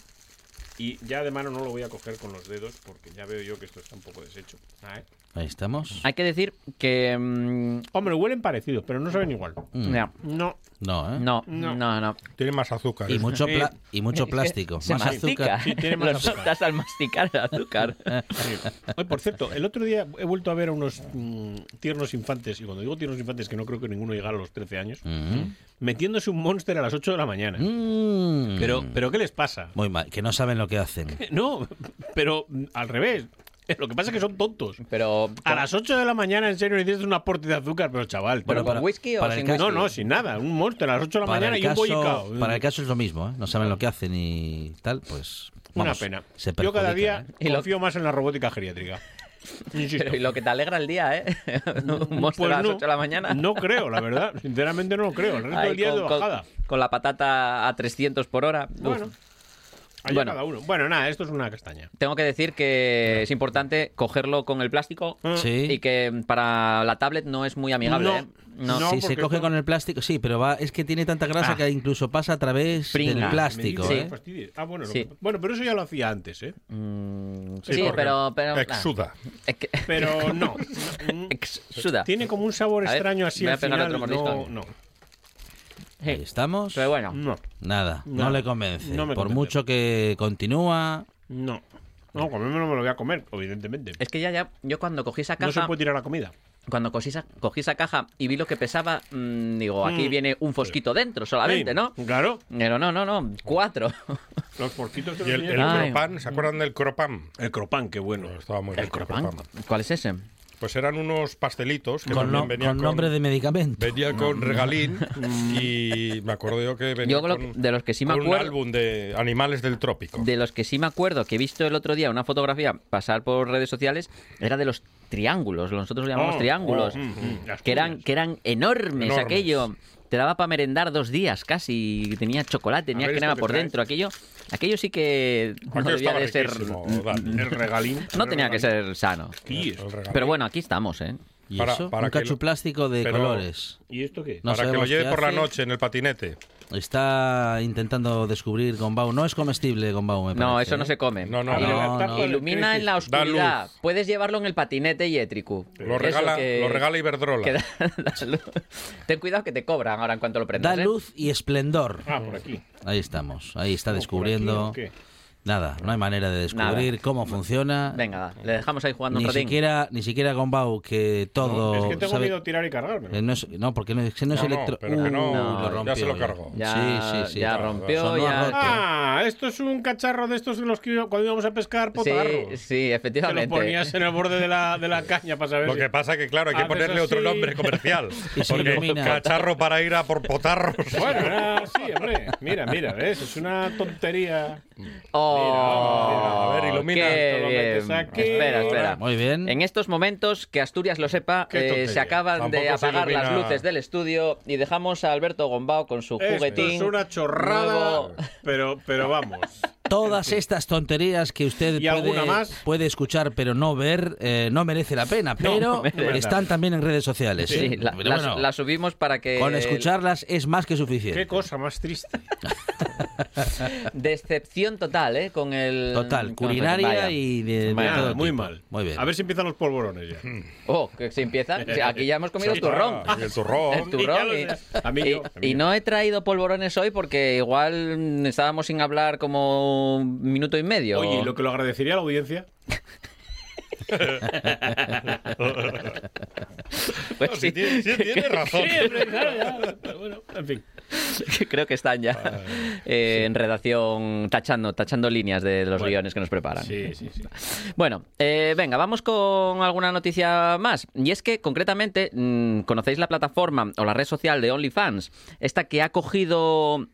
y ya de mano no lo voy a coger con los dedos porque ya veo yo que esto está un poco deshecho. Ah, ¿eh?
Ahí estamos.
Hay que decir que. mm,
Hombre, huelen parecidos, pero no saben igual.
Mm.
no,
No,
No, ¿eh?
no,
No.
no, no,
Tiene más azúcar.
Y
esto.
mucho, pla-
Eh,
y mucho plástico.
Se
más
mastica.
azúcar.
Sí, tiene más
Lo
azúcar.
soltas al masticar el azúcar.
Sí. Oye, por cierto, el otro día he vuelto a ver a unos mm, tiernos infantes, y cuando digo tiernos infantes, que no creo que ninguno llegara a los 13 años,
Mm.
metiéndose un monster a las 8 de la mañana.
Mm.
Pero, pero ¿qué les pasa?
Muy mal, que no saben lo que hacen.
No, pero mm, al revés. Lo que pasa es que son tontos.
Pero.
A las 8 de la mañana, en serio, necesitas un aporte de azúcar, pero chaval.
Bueno,
pero-
¿con whisky o
para el
sin
ca-
whisky?
No, no, sin nada. Un monster a las 8 de la
Para
mañana
el,
y un
caso,
bollicao.
para el caso es lo mismo, ¿eh? no saben lo que hacen y tal, pues.
Una
vamos,
pena.
se
Yo cada
perjudican,
día
¿eh?
Y lo-
confío más en la robótica geriátrica. Insisto.
Pero y lo que te alegra el día, ¿eh? Un monstruo
Pues
a las
no,
8 de la mañana.
No creo, la verdad. Sinceramente no lo creo. El resto
Ahí
del día es de
con, con-
bajada.
con la patata a 300 por hora. Uf.
Bueno. Allá
Bueno.
cada uno. Bueno, nada, esto es una castaña.
Tengo que decir que es importante cogerlo con el plástico
ah,
Sí.
y que para la tablet no es muy amigable.
No,
¿eh? No.
no.
si se
porque
coge
esto-
con el plástico, sí, pero va, es que tiene tanta grasa
Ah.
que incluso pasa a través
Pringa.
del plástico.
Sí.
Me
¿eh?
fastidies. Ah, bueno, lo
Sí.
que- bueno, pero eso ya lo hacía antes, ¿eh?
Mm,
Sí,
sí,
porque
pero. pero
Exuda.
Es que-
Pero no. Mm,
exuda.
Tiene como un sabor
A ver,
extraño así
voy a
al
pegar
final.
otro
no,
mordisco.
no,
Sí.
Ahí estamos.
Pero bueno,
no,
Nada, no,
No,
le convence.
no me
Por
convence.
mucho que continúa.
no. No, comerme no me lo voy a comer, evidentemente.
es que ya, ya, yo cuando cogí esa
No se
caja,
puede tirar la comida.
cuando cogí esa, cogí esa caja y vi lo que pesaba, mm, digo, aquí
Mm.
viene un fosquito dentro solamente,
Sí,
¿no?
Claro,
Pero no, no, no, cuatro.
los porquitos de
Y
los
el, el
niños.
Ay.
cropan, ¿se acuerdan del cropan?
Ah. El cropán, qué bueno.
Estaba muy rico el
¿Pan?
cropan.
¿Cuál es ese?
Pues eran unos pastelitos que
Con,
también
no-
venían
con nombre de medicamento.
Venía con regalín y me acuerdo yo que venía
Yo lo-
con-
de los que sí me
con un
acuerdo-
álbum de animales del trópico.
De los que sí me acuerdo que he visto el otro día una fotografía pasar por redes sociales, era de los triángulos, nosotros lo llamamos
Oh,
triángulos,
oh, mm, mm, las
que, eran,
cuyas.
que eran enormes,
Enormes.
aquello. Te daba para merendar dos días casi, tenía chocolate, tenía
ver,
crema
esto que
por
traes.
dentro, aquello, aquello sí que no
Aquello
debía
estaba
de ser... Mm,
riquísimo, Dani.
El regalín.
No tenía que ser sano.
Sí,
El regalín.
Pero bueno, aquí estamos, ¿eh?
¿Y
Para-
eso?
para
un
que
cacho
lo-
plástico de
pero-
colores.
¿Y esto qué?
No
para que lo
sabemos
lleve
qué
por la
hace.
noche en el patinete.
Está intentando descubrir Gombau. No es comestible Gombau, me
No,
parece,
eso no
¿eh?
se come.
No, no,
Ah,
no,
la
no.
tapa del
Ilumina en la
crisis.
Da
oscuridad.
luz.
Puedes llevarlo en el patinete yétrico.
Lo regala, lo regala Iberdrola.
que da- da luz. Ten cuidado que te cobran ahora en cuanto lo prendas.
Da
¿eh?
luz y esplendor.
Ah, por aquí.
Ahí estamos. Ahí está
No,
Oh,
por
descubriendo.
aquí, ¿o qué?
Nada, no hay manera de descubrir
Nada.
cómo funciona.
Venga, va, le dejamos ahí jugando
Ni
un ratín.
siquiera, ni siquiera Gombau, que todo.
Es que tengo
sabe-
miedo a tirar y cargarme.
Eh, No, es- no, porque no, es que no es
No, no,
electro.
pero que no,
No, ya
rompió
se lo cargó.
Ya,
sí, sí, sí.
ya
Claro,
rompió,
sonó
ya-
roto.
Ah, esto es un cacharro de estos de los que iba- cuando íbamos a pescar potarros.
Sí, sí,
Te lo
efectivamente.
ponías en el borde de la, de la caña para saber.
Lo
si-
que pasa que, claro, hay que
Haces
ponerle otro
así.
nombre comercial.
Y se
porque
ilumina.
cacharro para ir a por potarros.
Bueno, era así, hombre. Mira, mira, ¿ves? Es una tontería.
Oh, ¡Oh!
mira, a ver, ilumina
qué
esto, lo metes
bien.
aquí.
Espera, espera.
Muy bien.
En estos momentos, que Asturias lo sepa,
Qué
eh,
tontería.
se acaban de
Tampoco se
apagar las
ilumina.
luces del estudio y dejamos a Alberto Gombao con su
Esto
juguetín.
es una chorrada,
nuevo.
pero, pero vamos.
Todas estas tonterías que usted
¿Y alguna
puede,
más?
puede escuchar pero no ver, eh, no merece la pena, pero
merece.
están también en redes sociales.
Sí,
¿eh?
la,
Pero
la-
bueno,
la subimos para que.
con escucharlas es más que
Qué
suficiente.
cosa más triste.
Decepción total, ¿eh? Con el.
Total,
con-
culinaria
vaya.
y de, de
Vaya,
todo
muy
tipo.
mal.
Muy bien.
A ver si empiezan los polvorones ya.
Oh, que se empieza. Aquí ya hemos comido
Sí,
turrón.
ah, y el turrón.
El turrón.
Y ya lo sé. A mí
y-
yo, a mí
y
yo.
no he traído polvorones hoy porque igual mm, estábamos sin hablar como un minuto y medio.
Oye, ¿y lo que lo agradecería a la audiencia.
Pues
No,
sí,
sí, tiene, sí, tiene razón.
bueno, en fin.
creo que están ya eh, en redacción tachando, tachando líneas de los
Bueno.
guiones que nos preparan.
Sí, sí, sí.
Bueno, eh, venga, vamos con alguna noticia más. Y es que, concretamente, mm, conocéis la plataforma o la red social de OnlyFans, esta que ha cogido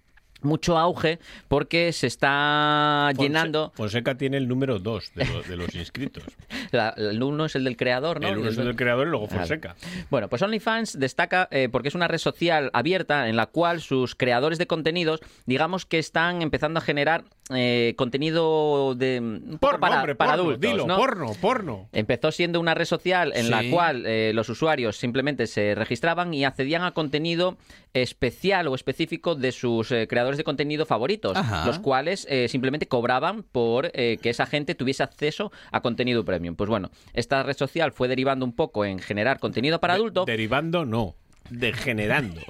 mucho auge porque se está
Fonse-
llenando.
Fonseca tiene el número 2 de, lo- de los inscritos.
la- el uno es el del creador, ¿no?
el
Y
uno
el
es el
do-
del creador y luego
Vale.
Fonseca.
Bueno, pues OnlyFans destaca eh, porque es una red social abierta en la cual sus creadores de contenidos, digamos que están empezando a generar eh, contenido de un poco
Porno,
para,
hombre,
para
porno,
adultos,
dilo,
¿no?
porno, porno.
Empezó siendo una red social en la
Sí.
cual eh, los usuarios simplemente se registraban y accedían a contenido especial o específico de sus eh, creadores de contenido favoritos,
Ajá.
los cuales eh, simplemente cobraban por eh, que esa gente tuviese acceso a contenido premium. Pues bueno, esta red social fue derivando un poco en generar contenido para adultos,
De- derivando, no. Degenerando.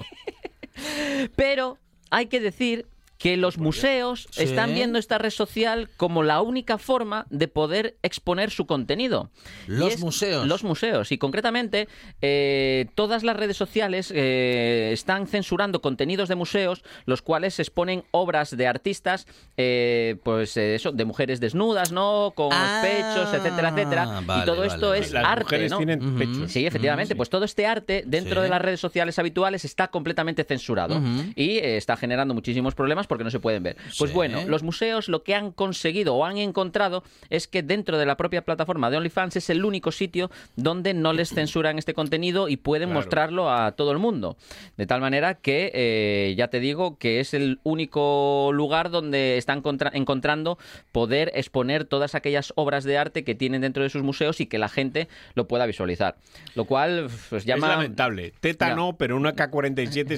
pero hay que decir que los museos
Sí.
están viendo esta red social como la única forma de poder exponer su contenido. Y
Los museos.
Los museos. Y concretamente, eh, todas las redes sociales eh, están censurando contenidos de museos, los cuales exponen obras de artistas, eh, pues eh, eso, de mujeres desnudas, ¿no? Con
Ah,
pechos, etcétera, etcétera.
vale,
y todo
vale,
esto
vale.
es
Las
arte,
mujeres
¿no?
tienen
Ujú.
pechos.
Sí, efectivamente.
Mm, sí.
Pues todo este arte dentro
Sí.
de las redes sociales habituales está completamente censurado
Ujú.
y eh, está generando muchísimos problemas porque no se pueden ver. Pues
Sí.
bueno, los museos lo que han conseguido o han encontrado es que dentro de la propia plataforma de OnlyFans es el único sitio donde no les censuran este contenido y pueden
Claro.
mostrarlo a todo el mundo. De tal manera que eh, ya te digo que es el único lugar donde están contra- encontrando poder exponer todas aquellas obras de arte que tienen dentro de sus museos y que la gente lo pueda visualizar. Lo cual pues llama
Es lamentable. Teta
Ya.
no, pero una K47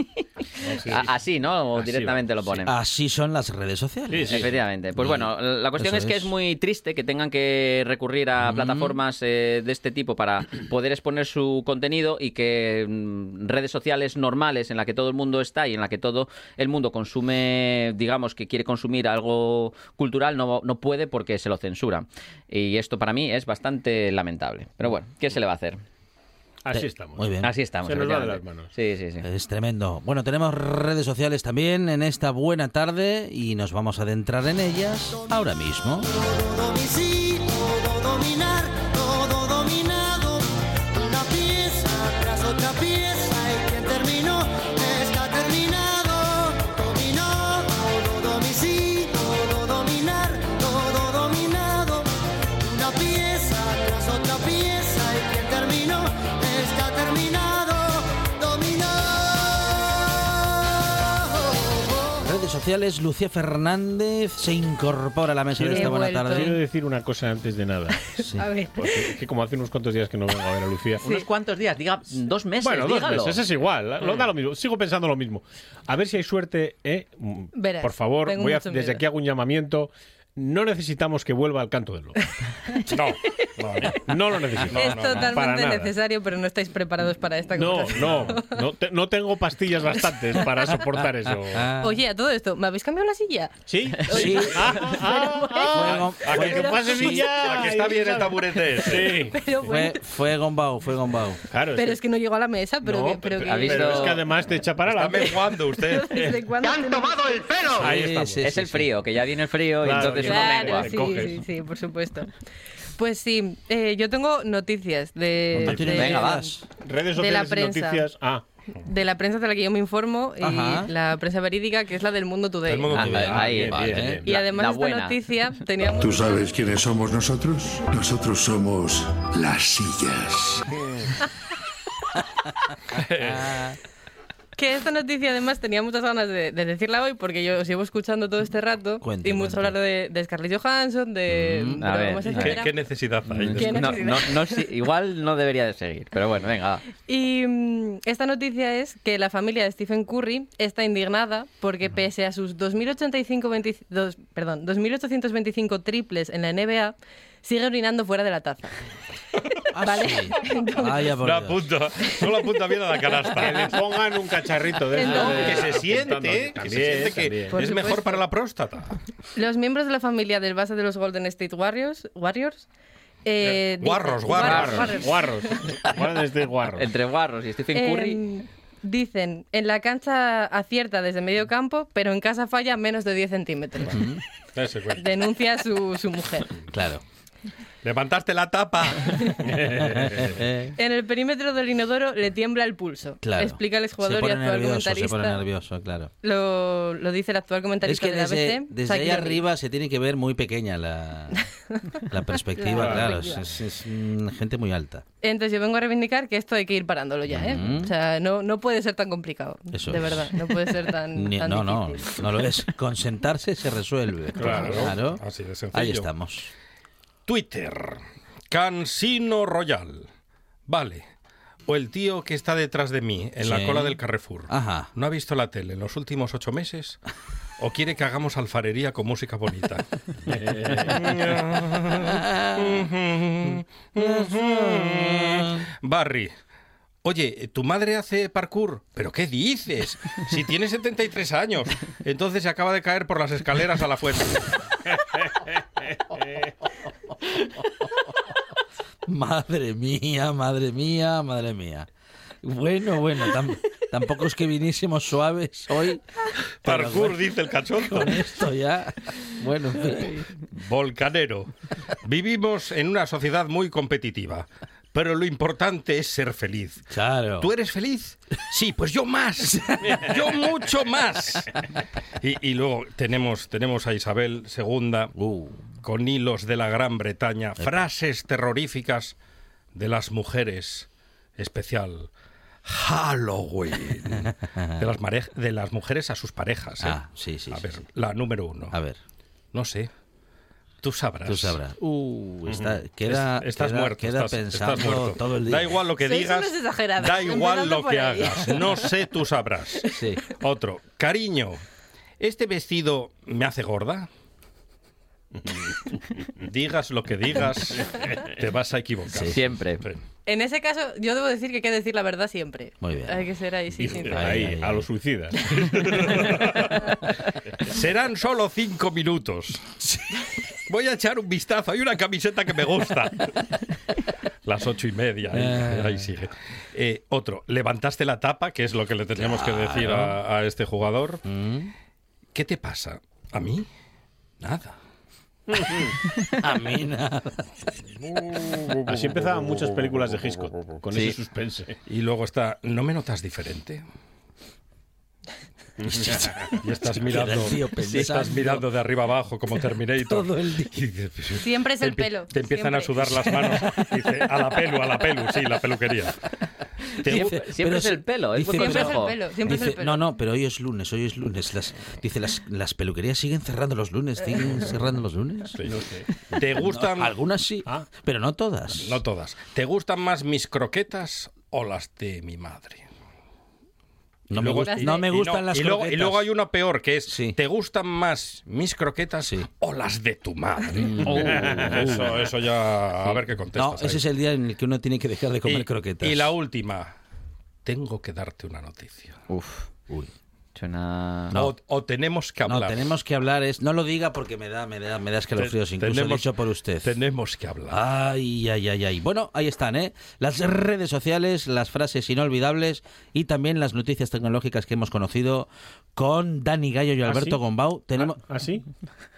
sí.
Ah,
a- así, ¿no? O
Así
directamente
va, Ah,
lo ponen.
Así son las redes sociales.
Sí, sí.
Efectivamente. Pues
Y
bueno, la cuestión es
eso
que
es.
es muy triste que tengan que recurrir a plataformas eh, de este tipo para poder exponer su contenido y que mm, redes sociales normales en la que todo el mundo está y en la que todo el mundo consume, digamos, que quiere consumir algo cultural, no, no puede porque se lo censura. Y esto para mí es bastante lamentable. Pero bueno, ¿qué se le va a hacer?
Así estamos.
Muy bien.
Así estamos.
Se nos va de
efectivamente.
las manos.
Sí, sí, sí.
Es tremendo. Bueno, tenemos redes sociales también en esta buena tarde y nos vamos a adentrar en ellas ahora mismo.
Todo domicilio, todo dominar, todo dominado. Una pieza tras otra pieza y quien terminó está terminado. Dominó, todo domicilio, todo dominar, todo dominado. Una pieza tras otra pieza y quien terminó está terminado. Dominó.
Redes sociales, Lucía Fernández se incorpora a la mesa de
He
esta buena
vuelto.
Quiero
tarde.
decir una cosa antes de nada.
Sí.
A ver.
Porque es que como hace unos cuantos días que no vengo a ver a Lucía.
Unos cuantos días, diga, dos meses,
Bueno, dos
dígalo.
meses, es igual. Lo, da lo mismo. Sigo pensando lo mismo. A ver si hay suerte. ¿eh? Mm,
Verás,
Por favor,
tengo
voy a-
mucho
desde
miedo.
aquí hago un llamamiento. No necesitamos que vuelva al canto del lobo.
No, no, no.
No lo necesitamos.
es
para
totalmente
nada.
necesario, pero no estáis preparados para esta
No,
conversación.
no. No, te- no tengo pastillas bastantes para soportar eso.
Ah.
Oye, a todo esto, ¿me habéis cambiado la silla?
¿Sí?
Sí.
Ah, ah, ah.
Fue-
a que
fue-
te pase
sí.
Villa.
La que está bien el taburete ese.
Sí.
Pero bueno,
Fue, fue Gombau, fue Gombau.
Claro,
pero es que no llegó a la mesa, pero
No,
que, pero
pe-
que-
ha visto-
pero es que además te echa para
Está
la
menguando usted.
¿Desde cuándo tenemos-
Ahí
Sí,
estamos.
sí,
es
sí,
el
sí.
frío, que ya viene el frío
Claro,
y entonces
claro.
uno
una
Claro,
mengua.
lengua,
sí,
coges.
sí, sí, por supuesto. Pues sí, eh, yo tengo noticias de,
Noticias.
de-
Venga, va.
vas.
Redes
De la
sociales y
prensa.
noticias. Ah,
de la prensa de la que yo me informo, y
Ajá.
la prensa verídica, que es la del Mundo Today.
Del Mundo
Ah,
Today.
ahí,
Bien,
vale.
bien, bien.
Y además
la
esta
buena.
noticia tenía mucho-
¿Tú sabes quiénes somos nosotros? Nosotros somos las sillas.
que esta noticia además tenía muchas ganas de, de decirla hoy porque yo os llevo escuchando todo este rato
Cuente,
y mucho
cuente.
hablar de, de Scarlett Johansson, de,
Mm,
de
a ver,
Gomes,
a ver.
¿Qué,
etcétera.
qué necesidad hay? de
¿Qué
No,
esto?
no,
necesidad?
no, sí, igual no debería de seguir, pero bueno, venga.
Y mm, esta noticia es que la familia de Stephen Curry está indignada porque pese a sus 2.085 veinti- dos- perdón, 2.825 triples en la NBA, sigue orinando fuera de la taza.
Ah,
Vale.
sí. Vaya por
No
Dios.
apunta, no la apunta bien a la
Que le
canasta.
pongan un cacharrito de
No,
esos de-
Que se siente, que
También,
se siente que
también.
Por
es mejor
supuesto.
para la próstata.
Los miembros de la familia del base de los Golden State Warriors, Warriors eh, dicen-
Guarros,
Guarros,
guarros.
Warriors.
guarros. Guarros este guarro.
Entre Warros y Stephen Curry.
Em, dicen, en la cancha acierta desde medio campo, pero en casa falla menos de 10 centímetros.
Ese güey.
Denuncia su, su mujer.
Claro.
Levantaste la tapa.
En el perímetro del inodoro le tiembla el pulso.
claro.
Explica el
se
exjugador y
pone
actual
nervioso, se pone
comentarista.
nervioso, claro.
Lo, lo dice el actual
Es
comentarista
que
de la
desde,
ABC.
desde ahí
Shaquille O'Neal.
arriba se tiene que ver muy pequeña la, la perspectiva,
La
claro.
perspectiva.
Es, es- es, mm, gente muy alta.
Entonces yo vengo a reivindicar que esto hay que ir parándolo ya, ¿eh?
Ujú.
O sea, no, no puede ser tan complicado.
Eso
de
es.
verdad, no puede ser tan,
Ni-
tan
no, no,
difícil.
no lo es. Con sentarse se resuelve.
Claro, así de sencillo.
Ahí estamos.
Twitter. Cansino Royal. Vale. O el tío que está detrás de mí en
Sí.
la cola del Carrefour.
Ajá.
¿No ha visto la tele en los últimos ocho meses? ¿O quiere que hagamos alfarería con música bonita? Barry. Oye, ¿tu madre hace parkour? ¿Pero qué dices? Si tiene 73 años, entonces se acaba de caer por las escaleras a la fuente.
Madre mía, madre mía, madre mía. Bueno, bueno, tam- tampoco es que viniésemos suaves hoy. pero
Parkour,
bueno,
dice el cachondo.
Con esto ya. Bueno, en fin.
Volcanero. Vivimos en una sociedad muy competitiva, pero lo importante es ser feliz.
Claro.
¿Tú eres feliz? Sí, pues yo más. Yo mucho más. Y, y luego tenemos, tenemos a Isabel II
Uh,
con hilos de la Gran Bretaña, frases terroríficas de las mujeres, especial Halloween, de las, mare- de las mujeres a sus parejas. ¿eh?
Ah, sí, sí,
A
sí,
ver,
sí.
la número uno.
a ver,
No sé. Tú sabrás.
tú sabrás. Uh, está, queda,
Es- estás
queda-
muerto.
queda
estás- estás
pensando
muerto.
todo el día.
Da igual lo que
Sois
digas.
unos exagerados,
Da igual
empezando
lo
por
que
ahí.
hagas. No sé, tú sabrás.
Sí.
Otro. Cariño, ¿este vestido me hace gorda? digas lo que digas, te vas a equivocar.
Siempre.
En ese caso, yo debo decir que hay que decir la verdad siempre.
Muy bien.
Hay que ser ahí, sí, sí.
Ahí,
Ahí, ahí,
a
ahí.
los suicidas.
Serán solo cinco minutos. Voy a echar un vistazo. Hay una camiseta que me gusta. Las ocho y media.
Ah.
Ahí, ahí sigue. Eh, otro. Levantaste la tapa, que es lo que le teníamos que decir a, a este jugador.
Mm.
¿Qué te pasa? ¿A mí? Nada.
A mí nada.
Así empezaban muchas películas de Hitchcock, con ese suspense.
Y luego está. ¿No me notas diferente? y estás mirando,
Era el tío
estás
pensando.
mirando de arriba abajo como Terminator.
Todo el día.
Y dices, "Pero
Siempre es el
Empie-
pelo.
Te empiezan a
siempre.
sudar las manos. Dice, a la pelu, a la pelu, sí, la peluquería. Te-
Siempre- siempre
pero
es el pelo, es
dice,
buen
Siempre es el
consejo.
pelo, siempre es el
dice,
pelo.
No, no, pero hoy es lunes, hoy es lunes. Las, dice, las, las peluquerías siguen cerrando los lunes, siguen cerrando los lunes.
¿Te gustan,
No, algunas sí, pero no todas.
Ah. no todas, ¿te gustan más mis croquetas o las de mi madre?
No
Y
me,
luego-
gust-
y-
no me
y
gustan
no-
las
y luego, y
croquetas.
luego hay una peor que es,
Sí.
¿te gustan más mis croquetas
Sí.
o las de tu madre?
Oh,
eso, eso ya, a ver qué
No,
contestas.
ese
ahí.
es el día en el que uno tiene que dejar de comer
y,
croquetas.
y la última, tengo que darte una noticia.
Uf. Uy.
Suena...
No.
O, o tenemos que
No,
hablar.
tenemos que hablar. Es, no lo diga porque me da, me da, me da escalofríos.
Te-
Incluso
tenemos-
dicho por usted. Ah,
Tenemos que hablar.
Ay, ay, ay, ay. Bueno, ahí están, ¿eh? Las redes sociales, las frases inolvidables y también las noticias tecnológicas que hemos conocido con Dani Gallo y
¿Ah,
Alberto
sí?
Gombau. Tenemos...
¿Ah, sí?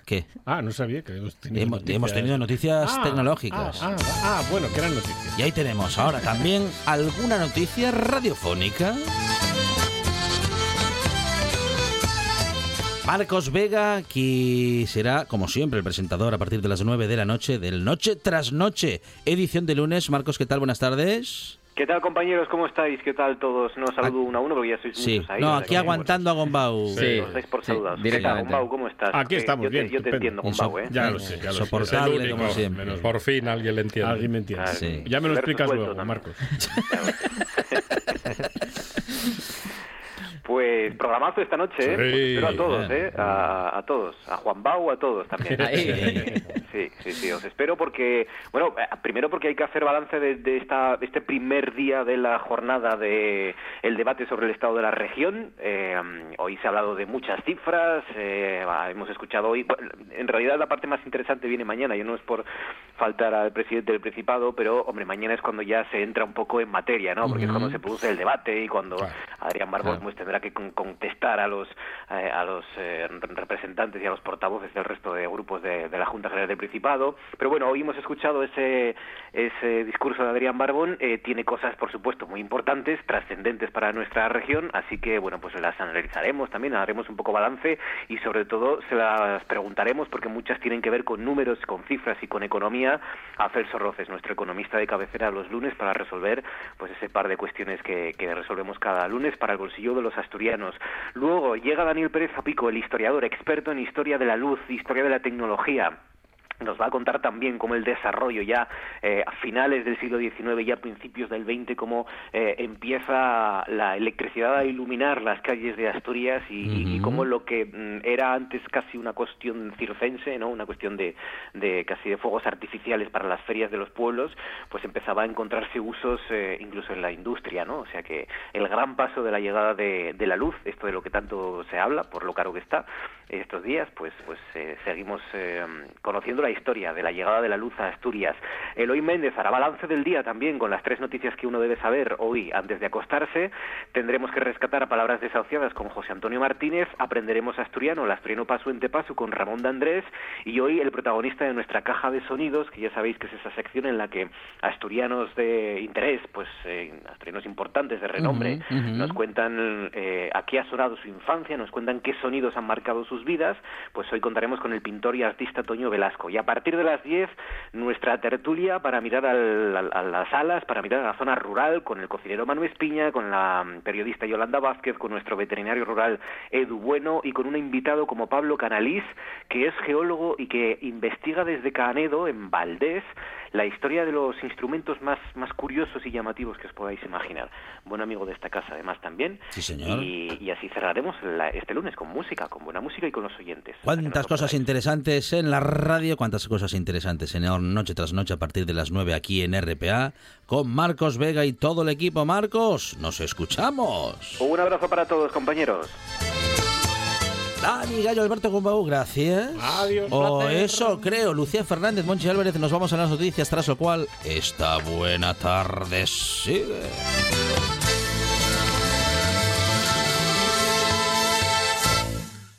¿Qué?
Ah, no sabía que hemos tenido
Hemos-
noticias.
hemos tenido noticias
Ah,
tecnológicas.
Ah, ah, ah, bueno, que eran noticias.
Y ahí tenemos ahora también alguna noticia radiofónica. Marcos Vega, que será, como siempre, el presentador a partir de las 9 de la noche del Noche tras Noche, edición de lunes. Marcos, ¿qué tal? Buenas tardes.
¿Qué tal, compañeros? ¿Cómo estáis? ¿Qué tal todos? No, saludo uno a uno porque ya sois
Sí.
muchos ahí.
No,
o sea
aquí
que-
aguantando a Gombau.
Sí, pues os dais por saludados. ¿Qué tal, Gombau, ¿cómo estás?
Aquí
Que
estamos,
eh, yo te,
bien,
Yo te
estupendo.
entiendo, Gombau, ¿eh?
Ya lo sé, ya lo sé.
Insoportable,
Es
¿eh?
el
como siempre.
menos mal.
Por fin alguien le entiende.
¿Eh?
Alguien me entiende.
Claro. Sí.
Ya me lo
Ver
explicas
tus
luego,
cuentos,
Marcos.
Pues programazo esta noche, ¿eh?
Sí.
Os espero a todos,
Bien.
¿eh? A, a todos. A Juan Bau, a todos también.
Ahí.
Sí, sí, sí. Os espero porque, bueno, eh, primero porque hay que hacer balance de, de esta, este primer día de la jornada de el debate sobre el estado de la región. Eh, hoy se ha hablado de muchas cifras. eh, ah, hemos escuchado hoy. bueno, En realidad la parte más interesante viene mañana. Yo no es por faltar al presidente del Principado, pero hombre, mañana es cuando ya se entra un poco en materia, ¿no? Porque es
Ujú.
cuando se produce el debate y cuando Adrián Barbón pues, tendrá que con- contestar a los eh, a los eh, representantes y a los portavoces del resto de grupos de, de la Junta General del Principado. Pero bueno, hoy hemos escuchado ese ese discurso de Adrián Barbón. Eh, tiene cosas, por supuesto, muy importantes, trascendentes para nuestra región. Así que bueno, pues las analizaremos también, haremos un poco balance y sobre todo se las preguntaremos porque muchas tienen que ver con números, con cifras y con economía. A Celso Roces, nuestro economista de cabecera los lunes para resolver pues ese par de cuestiones que, que resolvemos cada lunes para el bolsillo de los asturianos. Luego llega Daniel Pérez Zapico, el historiador, experto en historia de la luz, historia de la tecnología. Nos va a contar también cómo el desarrollo ya eh, a finales del siglo XIX, ya pues, a principios del XX, cómo eh, empieza la electricidad a iluminar las calles de Asturias y, y- y
Ujú.
cómo lo que mm, era antes casi una cuestión circense, ¿no? una cuestión de, de casi de fuegos artificiales para las ferias de los pueblos, pues empezaba a encontrarse usos eh, incluso en la industria, ¿no? O sea que el gran paso de la llegada de, de la luz, esto de lo que tanto se habla, por lo caro que está estos días, pues, pues eh, seguimos eh, conociendo la historia de la llegada de la luz a Asturias. Eloy Méndez hará balance del día también con las tres noticias que uno debe saber hoy antes de acostarse. Tendremos que rescatar a palabras desahuciadas con José Antonio Martínez. Aprenderemos asturiano, el asturiano paso en paso con Ramón de Andrés. Y hoy el protagonista de nuestra caja de sonidos, que ya sabéis que es esa sección en la que asturianos de interés, pues eh, asturianos importantes de renombre,
Ujú, ujú.
nos cuentan eh, a qué ha sonado su infancia, nos cuentan qué sonidos han marcado sus vidas, pues hoy contaremos con el pintor y artista Toño Velasco. Y a partir de las 10, nuestra tertulia para mirar al- al- a las alas, para mirar a la zona rural, con el cocinero Manu Espiña, con la mm, periodista Yolanda Vázquez, con nuestro veterinario rural Edu Bueno y con un invitado como Pablo Canalís, que es geólogo y que investiga desde Canedo, en Valdés, la historia de los instrumentos más, más curiosos y llamativos que os podáis imaginar. Buen amigo de esta casa, además, también.
Sí, señor.
Y, y así cerraremos la- este lunes con música, con buena música y con los oyentes.
Cuántas cosas interesantes en la radio, cuántas cosas interesantes en Noche tras Noche a partir de las 9 aquí en RPA con Marcos Vega y todo el equipo. Marcos, nos escuchamos.
Un abrazo para todos, compañeros.
Dani Gallo, Alberto Gombau, gracias.
Adiós,
O
placer.
eso creo. Lucía Fernández, Monchi Álvarez, nos vamos a las noticias, tras lo cual, esta buena tarde sigue.